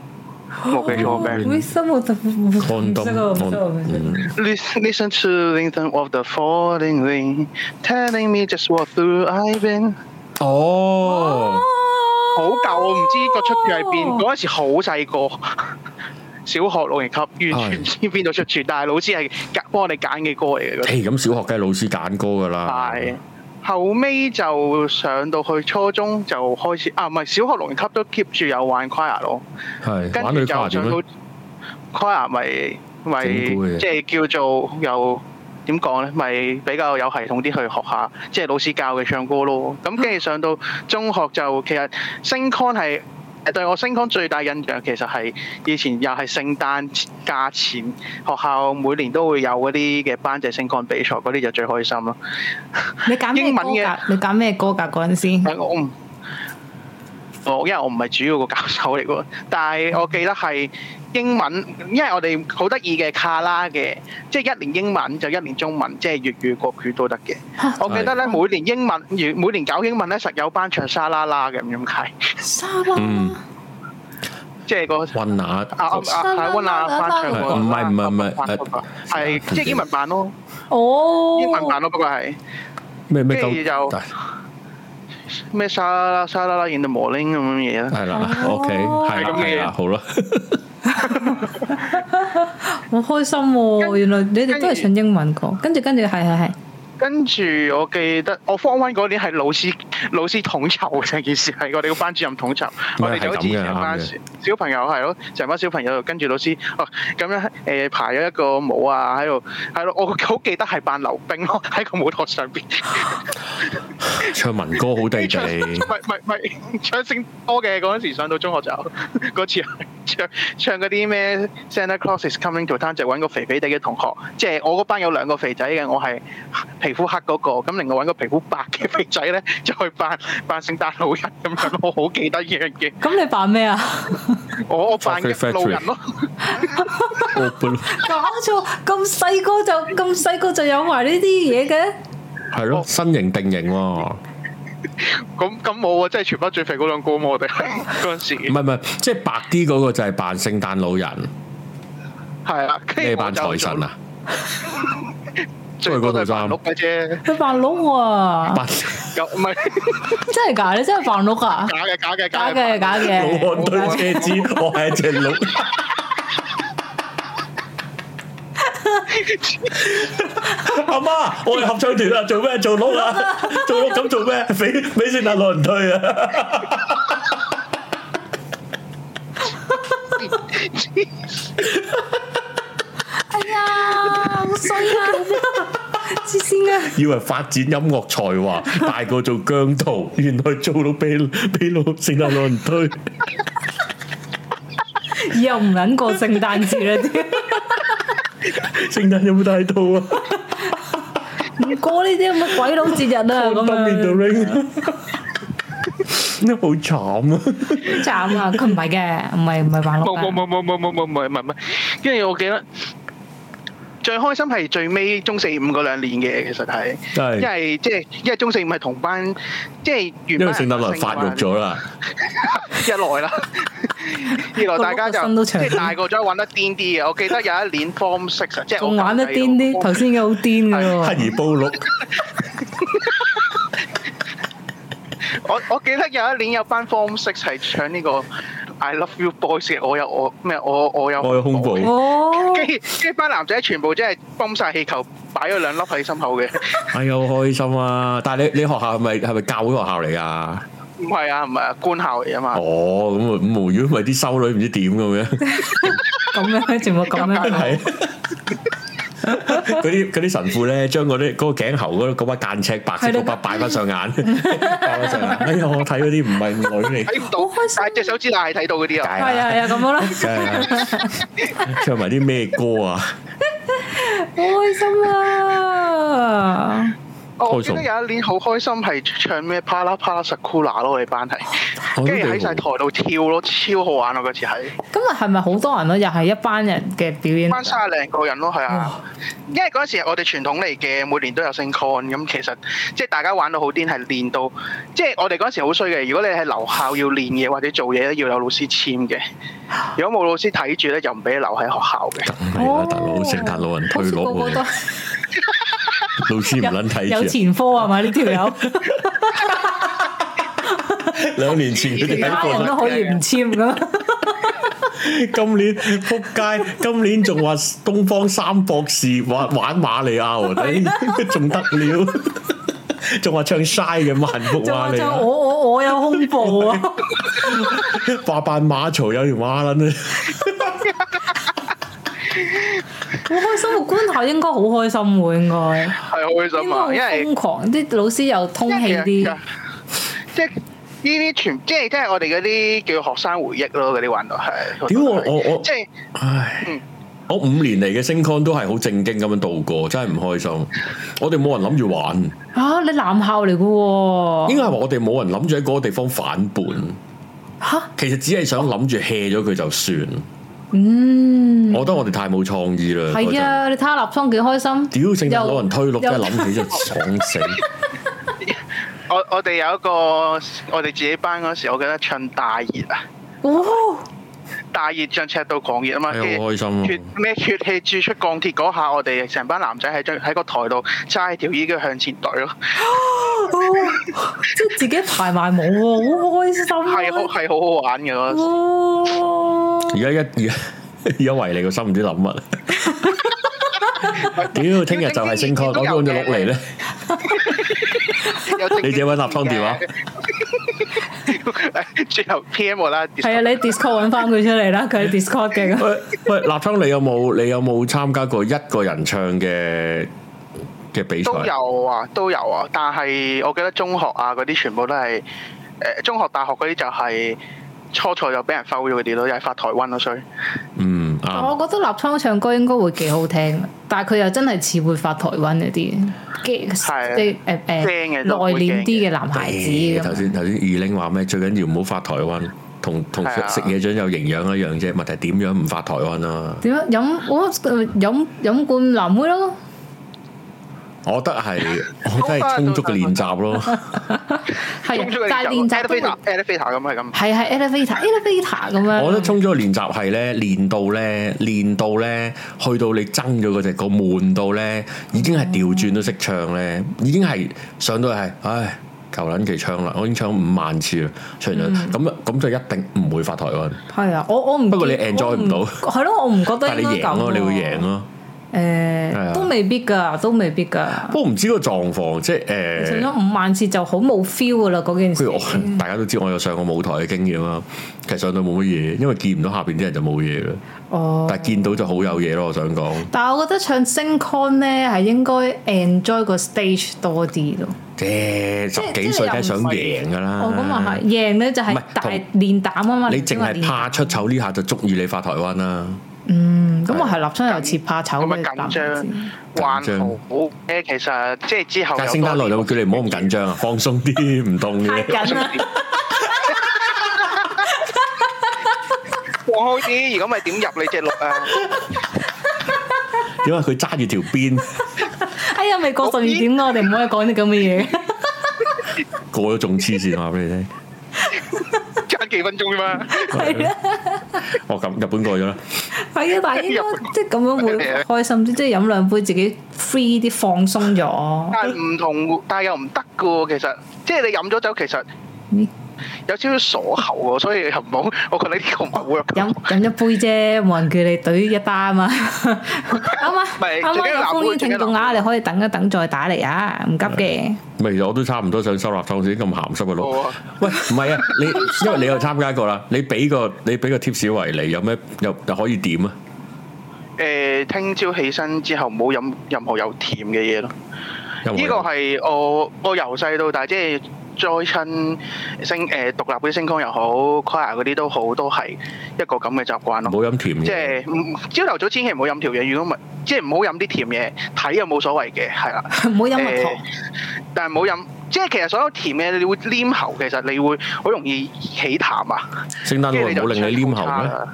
E: 冇記錯
B: 哦
E: 咩
A: 會生活特唔識喎，唔識喎唔識喎
E: Listen listen to Winston of the Falling Ring, telling me just what through I've been。
B: 哦，
E: 好舊，我唔知個出處喺邊。嗰陣時好細個， [laughs] 小學六年級，完全唔知邊度出處。但係老師係揀幫我哋揀嘅歌嚟嘅嗰啲。
B: 誒咁小學梗係老師揀歌㗎啦，
E: 係後尾就上到去初中就開始啊，唔係小學六年級都 keep 住有玩 choir 咯。
B: 係
E: 跟
B: 玩
E: 住
B: 女
E: 就
B: 跨
E: 上
B: 點咧
E: 到？choir 咪咪
B: 整蠱啊你
E: 即係叫做又點講咧？咪比較有系統啲去學下，即係老師教嘅唱歌咯。咁
B: [laughs]
E: 跟住上到中學就其實升 con 係。誒對我升 con 最大印象其實係以前又係聖誕假前，學校每年都會有嗰啲嘅班際升 con 比賽，嗰啲就最開心咯。
A: 你揀咩
E: 英
A: 歌
E: 文嘅
A: 㗎？你揀咩歌㗎嗰陣先？
E: 係我唔，我因為我唔係主要個教授嚟喎，但係我記得係英文，因為我哋好得意嘅卡拉嘅，即係一年英文就一年中文，即係粵語國語都得嘅。我記得咧每年英文，每年搞英文咧實有班唱沙啦啦嘅，唔知點解，
A: 沙啦
B: 嗯
A: 啦，
E: 即係個。
B: 温雅
E: 啊啊啊！温啊，翻唱嗰個
B: 唔係唔係唔係
E: 係即係英文版咯，
A: 哦，
E: 英文版咯，不過係
B: 咩咩
E: 跟住
B: 鳩
E: 就咩沙啦啦沙啦啦 in the morning 咁樣嘢啦。
B: 係啦
A: 哦
B: ，OK 係
E: 係
B: 啦
E: 咁
B: 係
E: 嘅
B: 啦，
E: [laughs]
B: 好啦，
A: 好開心喎！原來你哋都係唱英文歌，跟住跟住係 [laughs] 係係，
E: 跟住我記得我 form one 嗰年係老師老師統籌成件事係我哋個班主任統籌，我哋就好似成班
B: 啊係咁嘅
E: 小朋友係咯，成班小朋友跟住老師哦咁樣誒、呃排咗一個舞啊喺度係咯，我好記得係扮溜冰咯喺個舞台上邊，
B: 唱民歌好地
E: 唱 [laughs] 唔
B: 地。
E: 係唔係唱聖歌嘅嗰陣時上到中學 [laughs] 就嗰次係唱唱嗰啲咩 Santa Claus is coming to town 就揾個肥肥地嘅同學，即係我嗰班有兩個肥仔嘅，我 [laughs] 係皮膚黑嗰、個，咁另外揾個皮膚白嘅肥仔咧就去扮扮聖誕老人咁樣，我好記得呢樣嘢，
A: 咁你扮咩啊？
E: 我我扮
B: Chocolate
E: 嘅
B: Factory
E: 路人咯，
B: Open
A: 搞錯，咁細個就咁細個就有埋呢啲嘢嘅，
B: 係
E: 哦
B: 咯，身形定型喎。
E: 咁咁冇啊，即係全班最肥嗰兩個嘛，我 [laughs] 哋係嗰陣時
B: 唔係唔係，即係白啲嗰個就係扮聖誕老人，
E: 係啊，跟
B: 你係
E: 住
B: 扮財神
E: 啊，
B: 啊？
E: 最多都係扮碌嘅啫，
A: 佢扮鹿喎，
E: 啊
A: [laughs]
B: 扮
E: 又唔 [laughs] 係
A: 真係㗎？你真係扮鹿 [laughs] 啊？
E: 假嘅假嘅
A: 假
E: 假
A: 嘅假
B: 老
A: 嘅，
B: 漢推車子，我係一隻鹿。阿媽，我係合唱團啊，做咩做鹿啊？做鹿咁做咩？俾俾聖誕老人推啊！
A: 哎呀，好衰啊！ [laughs] 黐線啊！
B: 以為發展音樂才華，大個做姜濤，原來做到俾俾老聖誕老人推。
A: 以後唔撚過聖誕節啊啦，啲
B: 聖誕有冇帶套啊？
A: 唔過呢啲咁嘅鬼佬節日啊，咁
B: Dumb in the
A: 樣
B: ring 真係好慘啊！
A: 好慘啊！佢唔係嘅，唔係唔係扮
E: 冇冇冇冇冇冇冇
A: 鹿㗎
E: 冇冇冇冇唔係唔係，跟住我記得最開心係最尾中四五嗰兩年嘅，其實係，
B: 真
E: 因
B: 係
E: 為即係因為中四五係同班，即係原
B: 因為
E: 班
B: 聖誕
E: 人
B: 來
E: 生
B: 發
E: 㗎
B: 育
E: 嘛
B: 咗啦，
E: 一來啦，二來大家
A: 個身都
E: 就
A: 長
E: 即係大個咗玩得癲啲嘅。我記得有一年 form six 啊，即係我
A: 仲玩得
E: 舊底
A: 癲啲，頭先嘅好癲嘅
B: 乞
A: 喎。
B: 兒煲碌，
E: 我我記得有一年有班 form six 係唱呢個 I Love You Boys 嘅，我有我咩我我有
B: 我有胸部，
A: 哦，
E: 跟住跟住班男仔全部真係泵晒氣球，擺咗兩粒喺心口嘅。
B: 哎呀好開心啊！但係你你學校係咪係咪教會學校嚟㗎？
E: 唔係啊，唔係啊，官校嚟啊嘛。
B: 哦，咁啊咁無如果唔係啲修女唔知點咁樣，
A: 咁樣全部咁樣，
B: 係嗰啲嗰啲神父咧，將嗰啲嗰個頸喉嗰嗰把間尺白色
A: 係啦
B: 嗰把擺翻上眼，擺翻上眼。哎呀，我睇嗰啲唔係女嚟，
E: 睇唔到，但係隻手指罅係睇到嗰啲
B: 解
E: 啊。
A: 係啊
B: 啊！
A: 係啊咁樣啦，
B: 梗係啦唱埋啲咩歌啊？
A: 好開心啊！
E: 哦我
B: 開
E: 記
B: 心
E: 得有一年好開心係唱咩啪啦啪啦 Sakura 咯，我哋班係，
B: 我都
E: 跟住喺
B: 幾
E: 晒
B: 好
E: 台度跳咯，超好玩啊！嗰次係。
A: 今日係咪好多人咯？又係一班人嘅表演。
E: 翻卅零個人咯，係啊，因為嗰陣時我哋傳統嚟嘅，每年都有升 con，咁其實即係大家玩到好癲，係練到即係我哋嗰陣時好衰嘅。如果你係留校要練嘢或者做嘢咧，要有老師簽嘅。如果冇老師睇住咧，就唔俾你留喺學校嘅。
B: 係啦，大佬聖誕老人推
A: 好似個
B: 落
A: 個
B: 喎
A: 都，
B: 老師唔撚
A: 有
B: 睇住
A: 前科啊嘛？呢條友，
B: 啊，兩年前佢哋
A: 家人都
B: 喺度，
A: 可以唔簽噶。
B: [laughs] 今年撲街，今年仲話東方三博士玩玩馬里亞喎，頂 [laughs] 仲得了， [laughs] 仲話唱 shy 嘅萬福
A: 就
B: 馬
A: 話
B: 里
A: 就
B: 亞，
A: 我我我有胸部啊！
B: 話扮馬槽有條馬撚啊！
A: 好開心，個官校應該好開心喎，應該
E: 係好開
A: 應
E: 心
A: 該好
E: 啊，因為
A: 瘋狂，啲老師又通氣
E: 因為其
A: 啲
E: 實，即係呢啲全即係即係我哋嗰啲叫學生回憶咯，嗰啲玩到係。
B: 屌我我我
E: 即係
B: 唉
E: 嗯，
B: 我五年嚟嘅升 con 都係好正經咁樣度過，真係唔開心。我哋冇人諗住玩，應
A: 啊！你男校嚟嘅喎，
E: 哦
B: 該係話我哋冇人諗住喺嗰個地方反叛。
A: 嚇
B: 其實只係想諗住 hea 咗佢就算。
A: 嗯
B: 我覺得我哋太冇創意啦。嗰
A: 係
B: 陣，
A: 啊！你睇下立倉幾開心，
B: 屌聖誕老人推
A: 又
B: 碌，真係諗起就爽
E: [laughs]
B: 死。
E: 我我哋有一個我哋自己班嗰時，我記得唱大熱啊。
A: 哦，
E: 大熱將赤道狂熱啊嘛，
B: 哎呀
E: 跟住
B: 好開心啊
E: 血咩血氣注出鋼鐵嗰下，我哋成班男仔喺張喺個台度揸起條衣嘅向前隊咯，
A: 哦即係自己排埋舞喎，好開心啊，
E: 係好係好好玩嘅嗰陣時
A: 哇！
B: 而家一而家而家維你個心唔知諗
E: [laughs]
B: 乜。屌，聽日就係升 con，我搬咗碌嚟咧。
E: 有正經
B: 你自己搵立啊湯電
E: [laughs]
B: 話
E: 嘅， [laughs] 最後 PM 我啦，
A: 係啊，你 Discord 揾翻佢出嚟啦，
E: 嗯
A: 佢喺 Discord 嘅咁。
B: 喂喂，立昌，你有冇你有冇參加過一個人唱嘅嘅比賽？
E: 都有啊都有啊，但係我記得中學啊嗰啲全部都係誒、呃中學大學嗰啲就係、初賽就俾人 foul 咗嗰啲咯，又係發台灣咯，所以
B: 嗯啱。
A: 我覺得立倉唱歌應該會幾好聽，啊但係佢又真係似會發台灣嗰啲嘅，
E: 係啊
A: 即係誒誒
E: 驚嘅
A: 內
E: 都會
A: 斂啲嘅男孩子
B: 唉頭
A: 咁。
B: 先頭先二玲話咩？最緊要唔好發台灣，同同
E: 係啊
B: 食嘢長有營養一樣啫。問題係點樣唔發台灣啊啦？
A: 點樣飲？我飲飲罐藍妹咯，
B: 我覺得係
E: [laughs]
B: 我覺得係充足嘅練習咯。
E: [laughs]
A: 係
E: 中咗
A: 啊但係練習都會
E: elevator elevator 咁係咁。
A: 係係 elevator elevator 咁樣。
B: 我覺得充足嘅練習係咧，練到咧，練到咧，去到你憎咗嗰只歌，悶到咧，已經係調轉都識唱咧，已經係上到係，唉，求撚其唱啦，我已經唱五萬次啦，唱咗
A: 嗯
B: 咁咁就一定唔會發台灣，
A: 係啊，我我唔
B: 不過你
A: 見
B: enjoy
A: 我
B: 唔到
A: 係咯，我唔覺得
B: 但係
A: 應
B: 你
A: 該
B: 贏
A: 咁
B: 咯，
A: 喎
B: 你會贏。咯。係
A: 誒，
B: 啊
A: 都未必㗎，都未必㗎。
B: 不過唔知個狀況，即係
A: 唱
B: 誒。
A: 咗五萬次就好冇 feel 㗎啦，嗰件
B: 譬
A: 事
B: 如。我，大家都知我有上過舞台嘅經驗啦。其實上到冇乜嘢，因為見唔到下邊啲人就冇嘢啦。
A: 哦。
B: [laughs] 但係見到就好有嘢咯。我想講，
A: 但係我覺得唱星 con 咧係應該 enjoy 個 stage 多啲咯。
B: 即係十幾歲梗係想贏㗎啦。
A: 哦，咁啊係，贏咧就
B: 唔
A: 係
B: 係
A: 大
B: 同
A: 練膽啊嘛。
B: 你
A: 頭先
B: 淨
A: 話
B: 係
A: 練
B: 怕
A: 膽
B: 出醜呢下就足以你發台灣啦。
A: 嗯，咁我係立春又似怕醜
E: 咁咪
A: 嘅
E: 緊
A: 膽
E: 張
A: 子，
E: 還好嘅。其實即係之後
B: 但
E: 有
B: 係聖誕來有
E: 多
B: 冇叫你唔好咁緊
E: [laughs]
B: 張啊？放鬆啲，唔凍
A: 太
B: 嘅。
A: 緊 [laughs] 啦。
E: 放開啲，如果咪點入你隻鹿啊？
B: 因為佢揸住條鞭 [laughs]
A: 哎呀，未過十二點啦，我哋唔可以講啲咁
B: [laughs]
A: 嘅嘢。
B: 過咗仲黐線，話俾你聽。
E: 差幾分鐘啫嘛。
A: 係啦，
B: 哦，咁日本過咗啦，
A: 係啊，但係
E: [laughs]
A: 應該即係咁樣會開心啲，即係飲兩杯自己 free 啲，放鬆咗。
E: [laughs] 但係唔同，但係又唔得嘅喎。其實，即係你飲咗酒，其實
A: 嗯
E: 有少少鎖喉喎，所以又唔好。 [laughs] 啊我覺得呢個唔係 work
A: 飲
E: 嘅。
A: 飲一杯啫，冇人叫你懟一打啊嘛。啱啊，
E: 咪
A: 啱
E: 最
A: 啱
E: 緊要
A: 有
E: 藍
A: 烽
E: 杯
A: 煙聽眾啊，你可以等一等再打嚟啊，唔急 [laughs] 嘅。
B: 咪其實我都差唔多想收垃圾桶先咁鹹濕嘅
E: 好
B: 咯
E: 啊。
B: 喂，唔係啊，
E: [laughs]
B: 你因為你又參加過啦，你俾個你俾個 tips 為你有咩又又可以點啊？
E: [laughs] 誒，聽朝起身之後唔好飲任何有甜嘅嘢咯。
B: 因為
E: 呢個係我我由細到大，即係再親星誒獨立嗰啲星光又好 choir 嗰啲都好，都係一個咁嘅習慣
B: 唔
E: 咯。
B: 好飲甜
E: 即
B: 嘢，
E: 係唔朝頭早千祈唔好飲條嘢，如果唔係即係唔好飲啲甜嘢，睇又冇所謂嘅，係啦。
A: 唔好飲蜜
E: 誒
A: 糖。
E: 但係唔好飲，即係其實所有甜嘅你會黏喉，其實你會好容易起痰啊，
B: 聖誕
E: 跟
B: 老
E: 住你
B: 人冇令
E: 就
B: 你黏喉咩？
E: 啊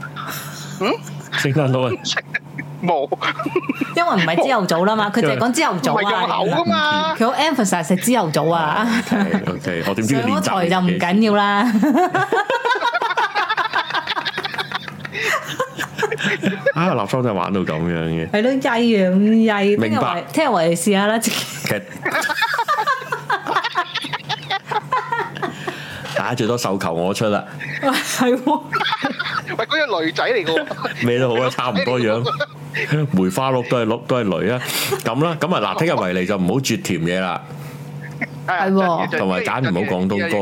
B: 聖誕
A: [laughs]
B: 老人
E: 冇，唔
A: 因為唔係朝頭早啦嘛，佢就係講朝頭早
E: 係入口
A: 啊。
E: 噶嘛。
A: 佢好 emphasize 係朝頭早啊，
B: O K，我點知
A: 上
B: 佢練
A: 咗
B: 習
A: 台就唔
B: 嘅
A: 緊要啦。 [laughs]
B: 啊！立方真係玩到咁樣嘅，
A: 係咯，曳啊，咁曳。
B: 明白
A: 聽日為你試下啦，自己
B: 其實大家最多手球我出啦，
A: 哇係喎，
E: 喂，嗰個女仔嚟嘅喎。
B: 咩都好啦，差唔多樣。梅花鹿都係鹿都係雷啊，咁啦，咁啊嗱，聽日為嚟就唔好啜甜嘢啦，
E: 係
A: 係喎
E: 哎真嘅
B: 同埋揀唔好廣東歌。
E: 真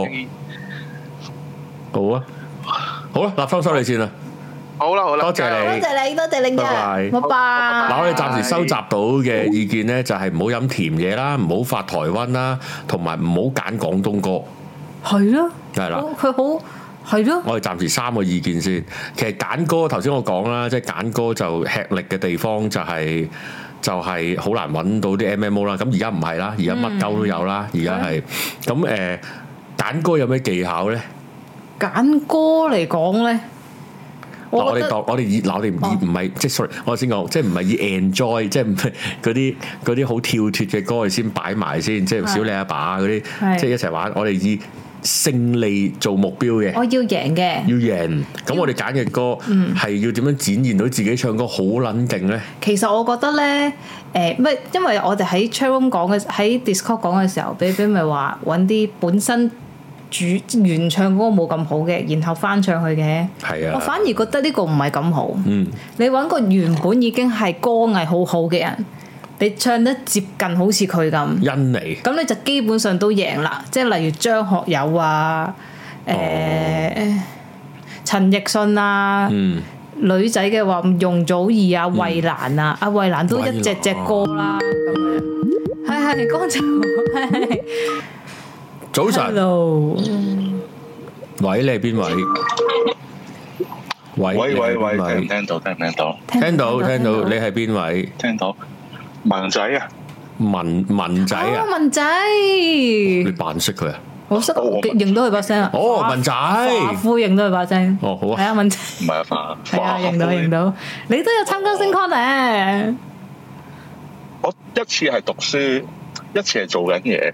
E: 嘅
B: 好啊，好啦，立方收你先啦，
E: 好啦好啦，
B: 多謝你
A: 多謝你，多謝你
B: 拜拜
A: 嘅，拜拜。
B: 嗱，我哋暫時收集到嘅意見咧，就係唔好飲甜嘢啦，唔好發台灣啦，同埋唔好揀廣東歌，
A: 係咯，
B: 係啦。
A: 好佢好係咯，
B: 我哋暫時三個意見先。其實揀歌頭先我講啦，即係揀歌就吃力嘅地方就係、就係好難揾到啲 MMO 啦。咁而家唔係啦，而家乜鳩都有啦。而家
A: 嗯
B: 係咁誒揀歌有咩技巧咧？
A: 揀歌嚟講咧，
B: 嗱我
A: 覺
B: 哋
A: 得
B: 當我哋以嗱我哋
A: 哦
B: 以唔係即係 sorry，我先講即係唔係以 enjoy 即係唔係 [laughs] 嗰啲嗰啲好跳脱嘅歌先擺埋先，即係
A: 係
B: 小你阿爸啊嗰啲，
A: 係
B: 即係一齊玩。我哋以勝利做目標嘅。
A: 我要贏嘅。
B: 要贏，咁我哋揀嘅歌係要點樣展現到自己唱歌好撚勁咧？
A: 其實我覺得咧，誒、唔係因為我哋喺 chat room 講嘅，喺 Discord 講嘅時候，比比咪話揾啲本身主原唱歌冇咁好嘅，然後翻唱佢嘅。
B: 係
A: 我
B: 啊，
A: 反而覺得呢個唔係咁好。
B: 嗯，
A: 你揾個原本已經係歌藝好好嘅人，你唱得接近好似佢咁。
B: 欣妮
A: 咁你就基本上都贏啦，即係例如張學友啊，誒、陳奕迅啊，
B: 嗯
A: 女仔嘅話容祖兒啊、衞蘭啊，阿衞蘭都
B: 衞蘭
A: 一隻隻歌啦，咁樣係係剛才係
B: 早晨，
A: hello，
B: 喂，你係邊位？喂
F: 喂喂喂，
B: 你係邊
F: 聽唔聽到？聽唔聽到？
B: 聽到聽到，你係邊位？
F: 聽到。盲仔啊，
B: 文文仔
A: 啊
B: 啊，
A: 文仔，哦
B: 你扮識佢啊？
A: 我識
F: 哦文
A: 認到佢把聲啊，
B: 哦
A: 華
B: 文仔
A: 華夫認到佢把聲，
B: 哦好啊
A: 係啊文仔，
F: 唔係啊，化
A: 係啊認到認。到，你都有參加星 con 咧，
F: 我一次係讀書，一次係做緊嘢，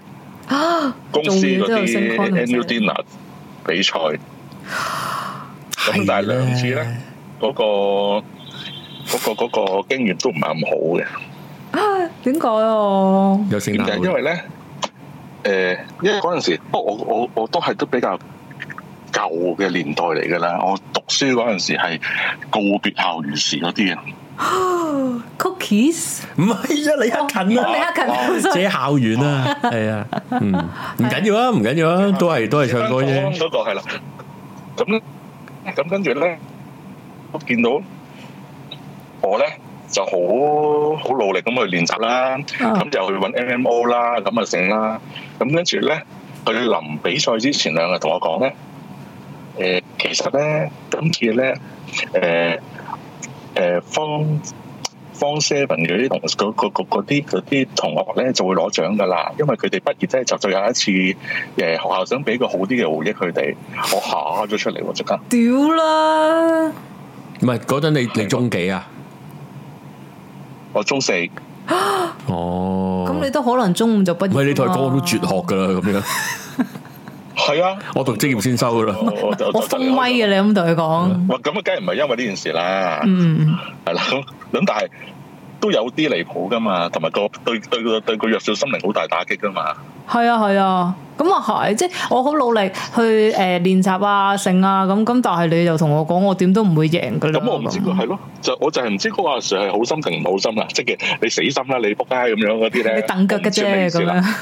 A: 啊
F: 公司嗰
A: 做嘢都有
F: 啲
A: SingCon 啊真
F: annual
A: 係
F: dinner 比賽，咁但係啊兩次咧，嗰個嗰個嗰個經驗都唔係咁好嘅。
A: 點解啊？
B: 有聖
F: 點解？
B: 誕
F: 因
B: 老
F: 為
B: 人，
F: 咧，誒，因為嗰陣時，不過我我我都係都比較舊嘅年代嚟㗎啦。我讀書嗰陣時係告別校園時嗰啲啊。
A: Cookies，
B: 唔係啊，你一近
A: 你
B: 啊，
A: 黑近
B: 遮
A: ，sorry
B: 校園啊，係啊，嗯，唔緊要啊，唔緊要
F: [laughs]
B: 啊，都係都係唱歌
F: 香
B: 啫，
F: 港嗰個係啦。咁咁跟住咧，我見到我咧就好好努力咁去練習啦，咁就去揾 MMO 啦，咁啊成啦。咁跟住咧，佢臨比賽之前兩日同我講咧，誒、其實咧今次咧，誒、誒方。方 seven 嗰啲同嗰嗰嗰嗰啲嗰啲同學咧就會攞獎噶啦，因為佢哋畢業咧就最有一次誒學校想俾個好啲嘅回憶佢哋，我下咗出嚟喎即刻，
A: 屌啦！
B: 唔係嗰陣你你中幾啊？
F: 誒、我中四，
B: 哦，
A: 咁你都可能中午就畢業㗎嘛。
B: 喂，你同佢講我都絕學噶啦，咁樣
F: 係啊，
B: 我讀職業先修噶啦。
F: 我我啊
A: 我封威嘅，你咁對佢講。
F: 哇，咁啊，梗係唔係因為呢件事啦，
A: 嗯，
F: 係啦， [laughs] 咁咁但係都有啲離譜噶嘛，同埋個對對個對個弱小心靈好大打擊噶嘛，
A: 係啊，係啊。咁啊係，即係我好努力去誒練習啊、成啊咁，咁但係你就同我講，我點都唔會贏噶啦。
F: 咁我唔知佢係咯，就我就係唔知嗰個阿 Sir 係好心定唔好心啦，即係你死心啦，你仆街咁樣嗰啲咧，
A: 你蹬腳
F: 我
A: 嘅
F: 唔啊知咩意
A: 啫，
F: 思
A: 咁
F: 啦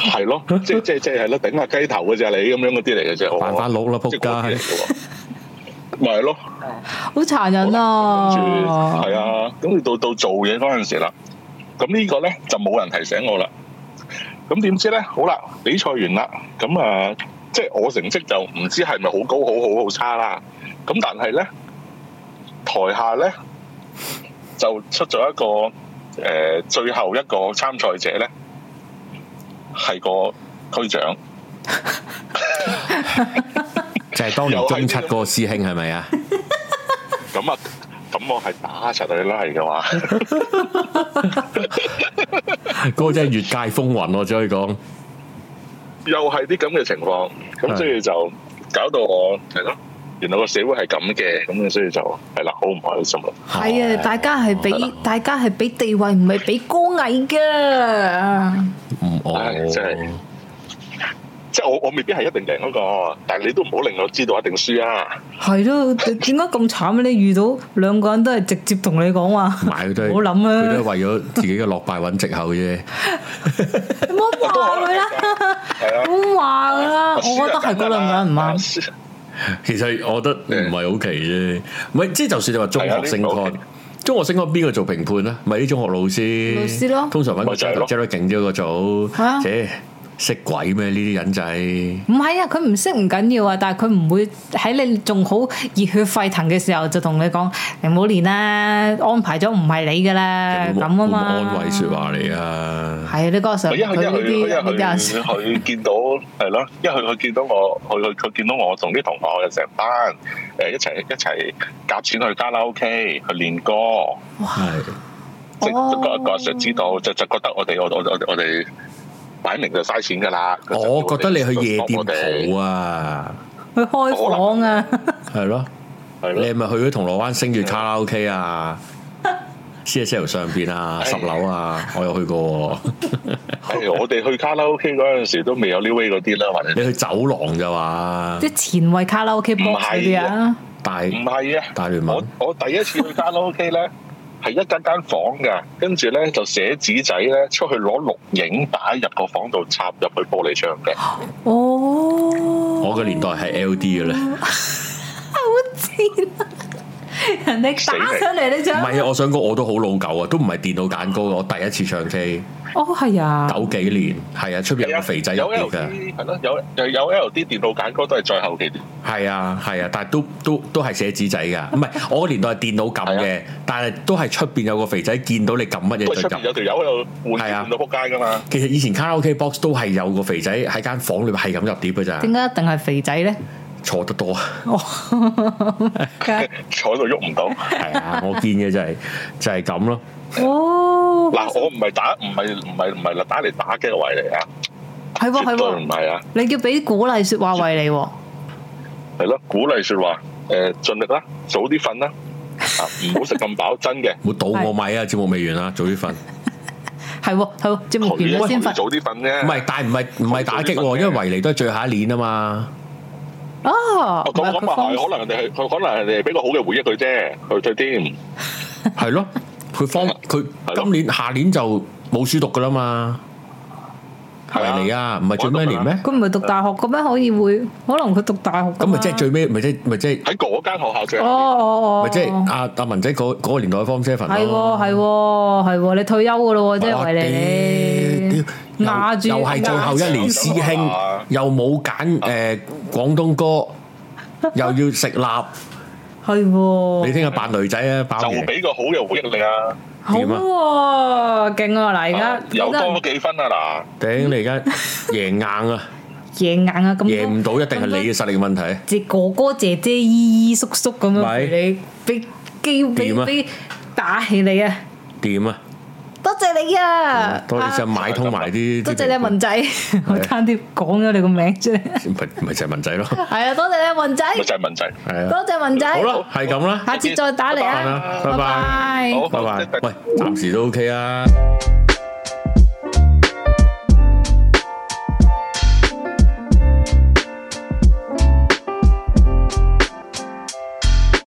A: 樣。
F: 係咯，即係即係即係係咯，頂下雞頭嘅啫，你咁樣嗰啲嚟嘅啫，我
B: 扮翻碌啦，仆
F: 即係嗰啲嚟
B: 街！
F: 嘅喎，咪係咯。
A: 好殘
F: 好啦咁跟
A: 忍
F: 住
A: 啊！
F: 係啊，咁你到到做嘢嗰陣時啦，咁呢個咧就冇人提醒我啦。咁點知咧，好啦，比賽完啦，咁啊，即係我成績就唔知係咪好高、好好、好差啦。咁但係咧，台下咧就出咗一個誒、呃最後一個參賽者咧係個區長，
B: 就係當年中七嗰個師兄係咪啊？
F: 咁啊，咁我係打實佢啦，係嘅話。
B: 嗰個真係越界風雲，我只可以講。
F: 又係啲咁嘅情況，咁所以就搞到我係咯，原來個社會係咁嘅，咁樣所以就係啦，好唔開心咯。
A: 係啊，大家係
F: 係
A: 俾
F: 啦
A: 大家係俾地位，唔係俾高矮噶。
B: 唔我
F: 唉真係即係我我未必係一定贏嗰個，但係你都唔好令我知道一定輸啊！
A: 係咯，點解咁慘咧？你遇到兩個人都係直接同你講話，
B: 買佢都係
A: 唔好諗啊
B: 佢都係為咗自己嘅落敗揾藉口啫。
A: 你唔好話佢
F: [laughs]
A: 啦，
F: 係啊，
A: 唔好話佢啦。我
F: 輸啊就
A: 覺得係嗰兩個人唔啱。
F: 啱。
B: 其實我覺得唔係好奇啫，唔係即係就算你話中學升
F: 係啊呢個好
B: 幹
F: 奇，
B: 中學升幹邊個做評判咧？咪啲中學老師，
A: 老師咯
B: 通常揾個
F: 咪就係
B: j
F: 咯
B: e r 勁啲個
A: 係啊
B: 組，且識鬼咩呢啲人仔？
A: 唔係啊，佢唔識唔緊要啊，但係佢唔會喺你仲好熱血沸騰嘅時候就同你講，你唔好練啦，安排咗唔係你噶啦，
B: 有
A: 咁
B: 冇
A: 啊嘛。
B: 有冇安慰説話嚟啊！
A: 係啊，你嗰個時候
F: 因
A: 佢
F: 為因
A: 呢
F: 為
A: 啲
F: 因為
A: 人有時
F: 佢佢見到係咯，因為佢佢見到我，佢佢佢見到我同啲同學又成班誒一齊一齊夾錢去卡拉 OK 去練歌。
B: 係
F: 即
A: 哦
F: 係個個阿 Sir 知道，就就覺得我哋我我我我哋擺明就嘥錢㗎啦。佢就
B: 我
F: 叫
B: 覺得你去夜
F: 哋幫我
B: 店
F: 哋
B: 蒲啊，
A: 去開房啊，
B: 係咯，
F: 係
B: 你
F: 咯
B: 係咪去咗銅鑼灣星月卡拉
A: [laughs]
B: OK 啊？CSL 上邊啊，十樓啊，我有去過喎。
F: 哎我哋去卡拉 OK 嗰陣時都未有 New Way 嗰啲啦，或者
B: 你去走廊就話
A: 啲前衞卡拉 OK box 嗰啲啊，
B: 大
F: 唔係啊！
B: 大聯
F: 我
B: 盟
F: 我第一次去卡拉 OK 咧，係一間間房㗎，跟住咧就寫紙仔咧出去攞錄影帶入個房度插入去玻璃窗嘅。
A: 哦，
B: 我
A: 我
B: 嘅年代係 LD 嘅咧，唔
A: 好賤啊！人哋打上嚟你就
B: 係啊！我想講我都好老狗啊，都唔係電腦揀高嘅，我第一次唱 K
A: 哦係啊，
B: 九幾年，係啊，出邊有個肥仔入
F: 有
B: 碟
F: L D
B: 嘅，
F: 係咯，有有有 L D 電腦揀歌都係最後期。
B: 係啊係啊，但係都都都係寫紙仔㗎，唔係我個年代係電腦撳嘅，但係都係出邊有個肥仔見到你撳乜嘢
F: 喂，
B: 就
F: 啊出邊有
B: 入。
F: 條友喺度換
B: 係啊
F: 換到仆街㗎嘛？
B: 其實以前卡拉 OK box 都係有個肥仔喺間房裏邊係咁入碟㗎咋，
A: 點解一定係肥仔咧？
B: 坐得多。
A: 哦，
F: 坐喺度喐唔到。
B: 係啊，我見嘅就係就係咁咯。
A: 哦，
F: 嗱，我唔係打，唔係唔係唔係打嚟打機嘅位嚟啊，
A: 係喎係
F: 絕對唔
A: 喎，
F: 係啊，
A: 你要俾鼓勵説話為你喎，
F: 係咯，鼓勵説話，誒，盡力啦，早啲瞓啦，啊，唔好食咁飽，
A: [laughs]
F: 真嘅。
B: 冇倒我米啊！節目未完啊，早啲瞓。
A: 係喎係喎，節目
F: 佢
A: 完咗先
F: 佢
A: 瞓
F: 早啲瞓啫，
B: 唔係，但係唔係唔係打擊喎，因為維尼都係最後一年啊嘛。
A: Ờ. 啊，
F: 哦。咁
A: 唔係
F: 咁
A: 佢
F: 啊
A: 放
F: 係，可能人哋係佢，可能人哋俾個好嘅回憶佢啫，佢最添。
B: 係咯，佢方佢
F: 係咯
B: 今年下年就冇書讀噶啦嘛，
F: 係啊
B: 維尼啊，唔係最尾一年咩？
A: 佢唔係讀大學嘅咩？可以會，可能佢讀大學㗎
B: 咁咪即係
A: 嘛
B: 最尾，咪即係咪即係
F: 喺嗰間學校最
A: 哦
F: 後
A: 哦哦，
B: 咪即係阿阿文仔嗰嗰個年代嘅 Form Seven
A: 係
B: 咯
A: 喎，係喎，係喎，你退休噶咯喎，即係為你壓住，
B: 又又係最後一年
F: [laughs]
B: 師兄
F: 啊，
B: 又冇揀誒廣東歌， [laughs] 又要食
A: [laughs]
B: 蠟，
A: 係喎，
B: 你聽下扮女仔啊，爆
F: 就
B: 嘢
F: 俾個好嘅回憶你啊，
A: 好
B: 點啊
A: 喎，勁喎！嗱，而
F: 啊
A: 家
F: 又
A: 覺
F: 多
A: 得
F: 幾分啊
B: 頂你而
A: [laughs]
B: 家贏硬啊，
A: 贏硬啊，咁
B: 贏唔到一定係你嘅實力問題。
A: 即哥哥姐姐姨姨叔叔咁樣
B: 咪
A: 陪你，俾機會
B: 點啊
A: 俾俾打起你啊！
B: 點啊？
A: 多謝你啊！
B: 多謝就
A: 啊
B: 買通埋啲，
A: 多謝你啊文仔， [laughs] 我差啲講咗你個名出嚟。
B: 咪咪就係文仔
A: [laughs]
B: 咯，
A: 係啊，多謝你啊文仔，
F: 咪就係文仔。
B: 係啊。
A: 多謝文仔
B: 好。啦，係咁啦，
A: 下次再打嚟
B: 拜拜
A: 啊！
B: 啦拜
A: 拜
B: 拜
A: 拜。
F: 好
B: 拜拜。喂，暫時都 OK 啊。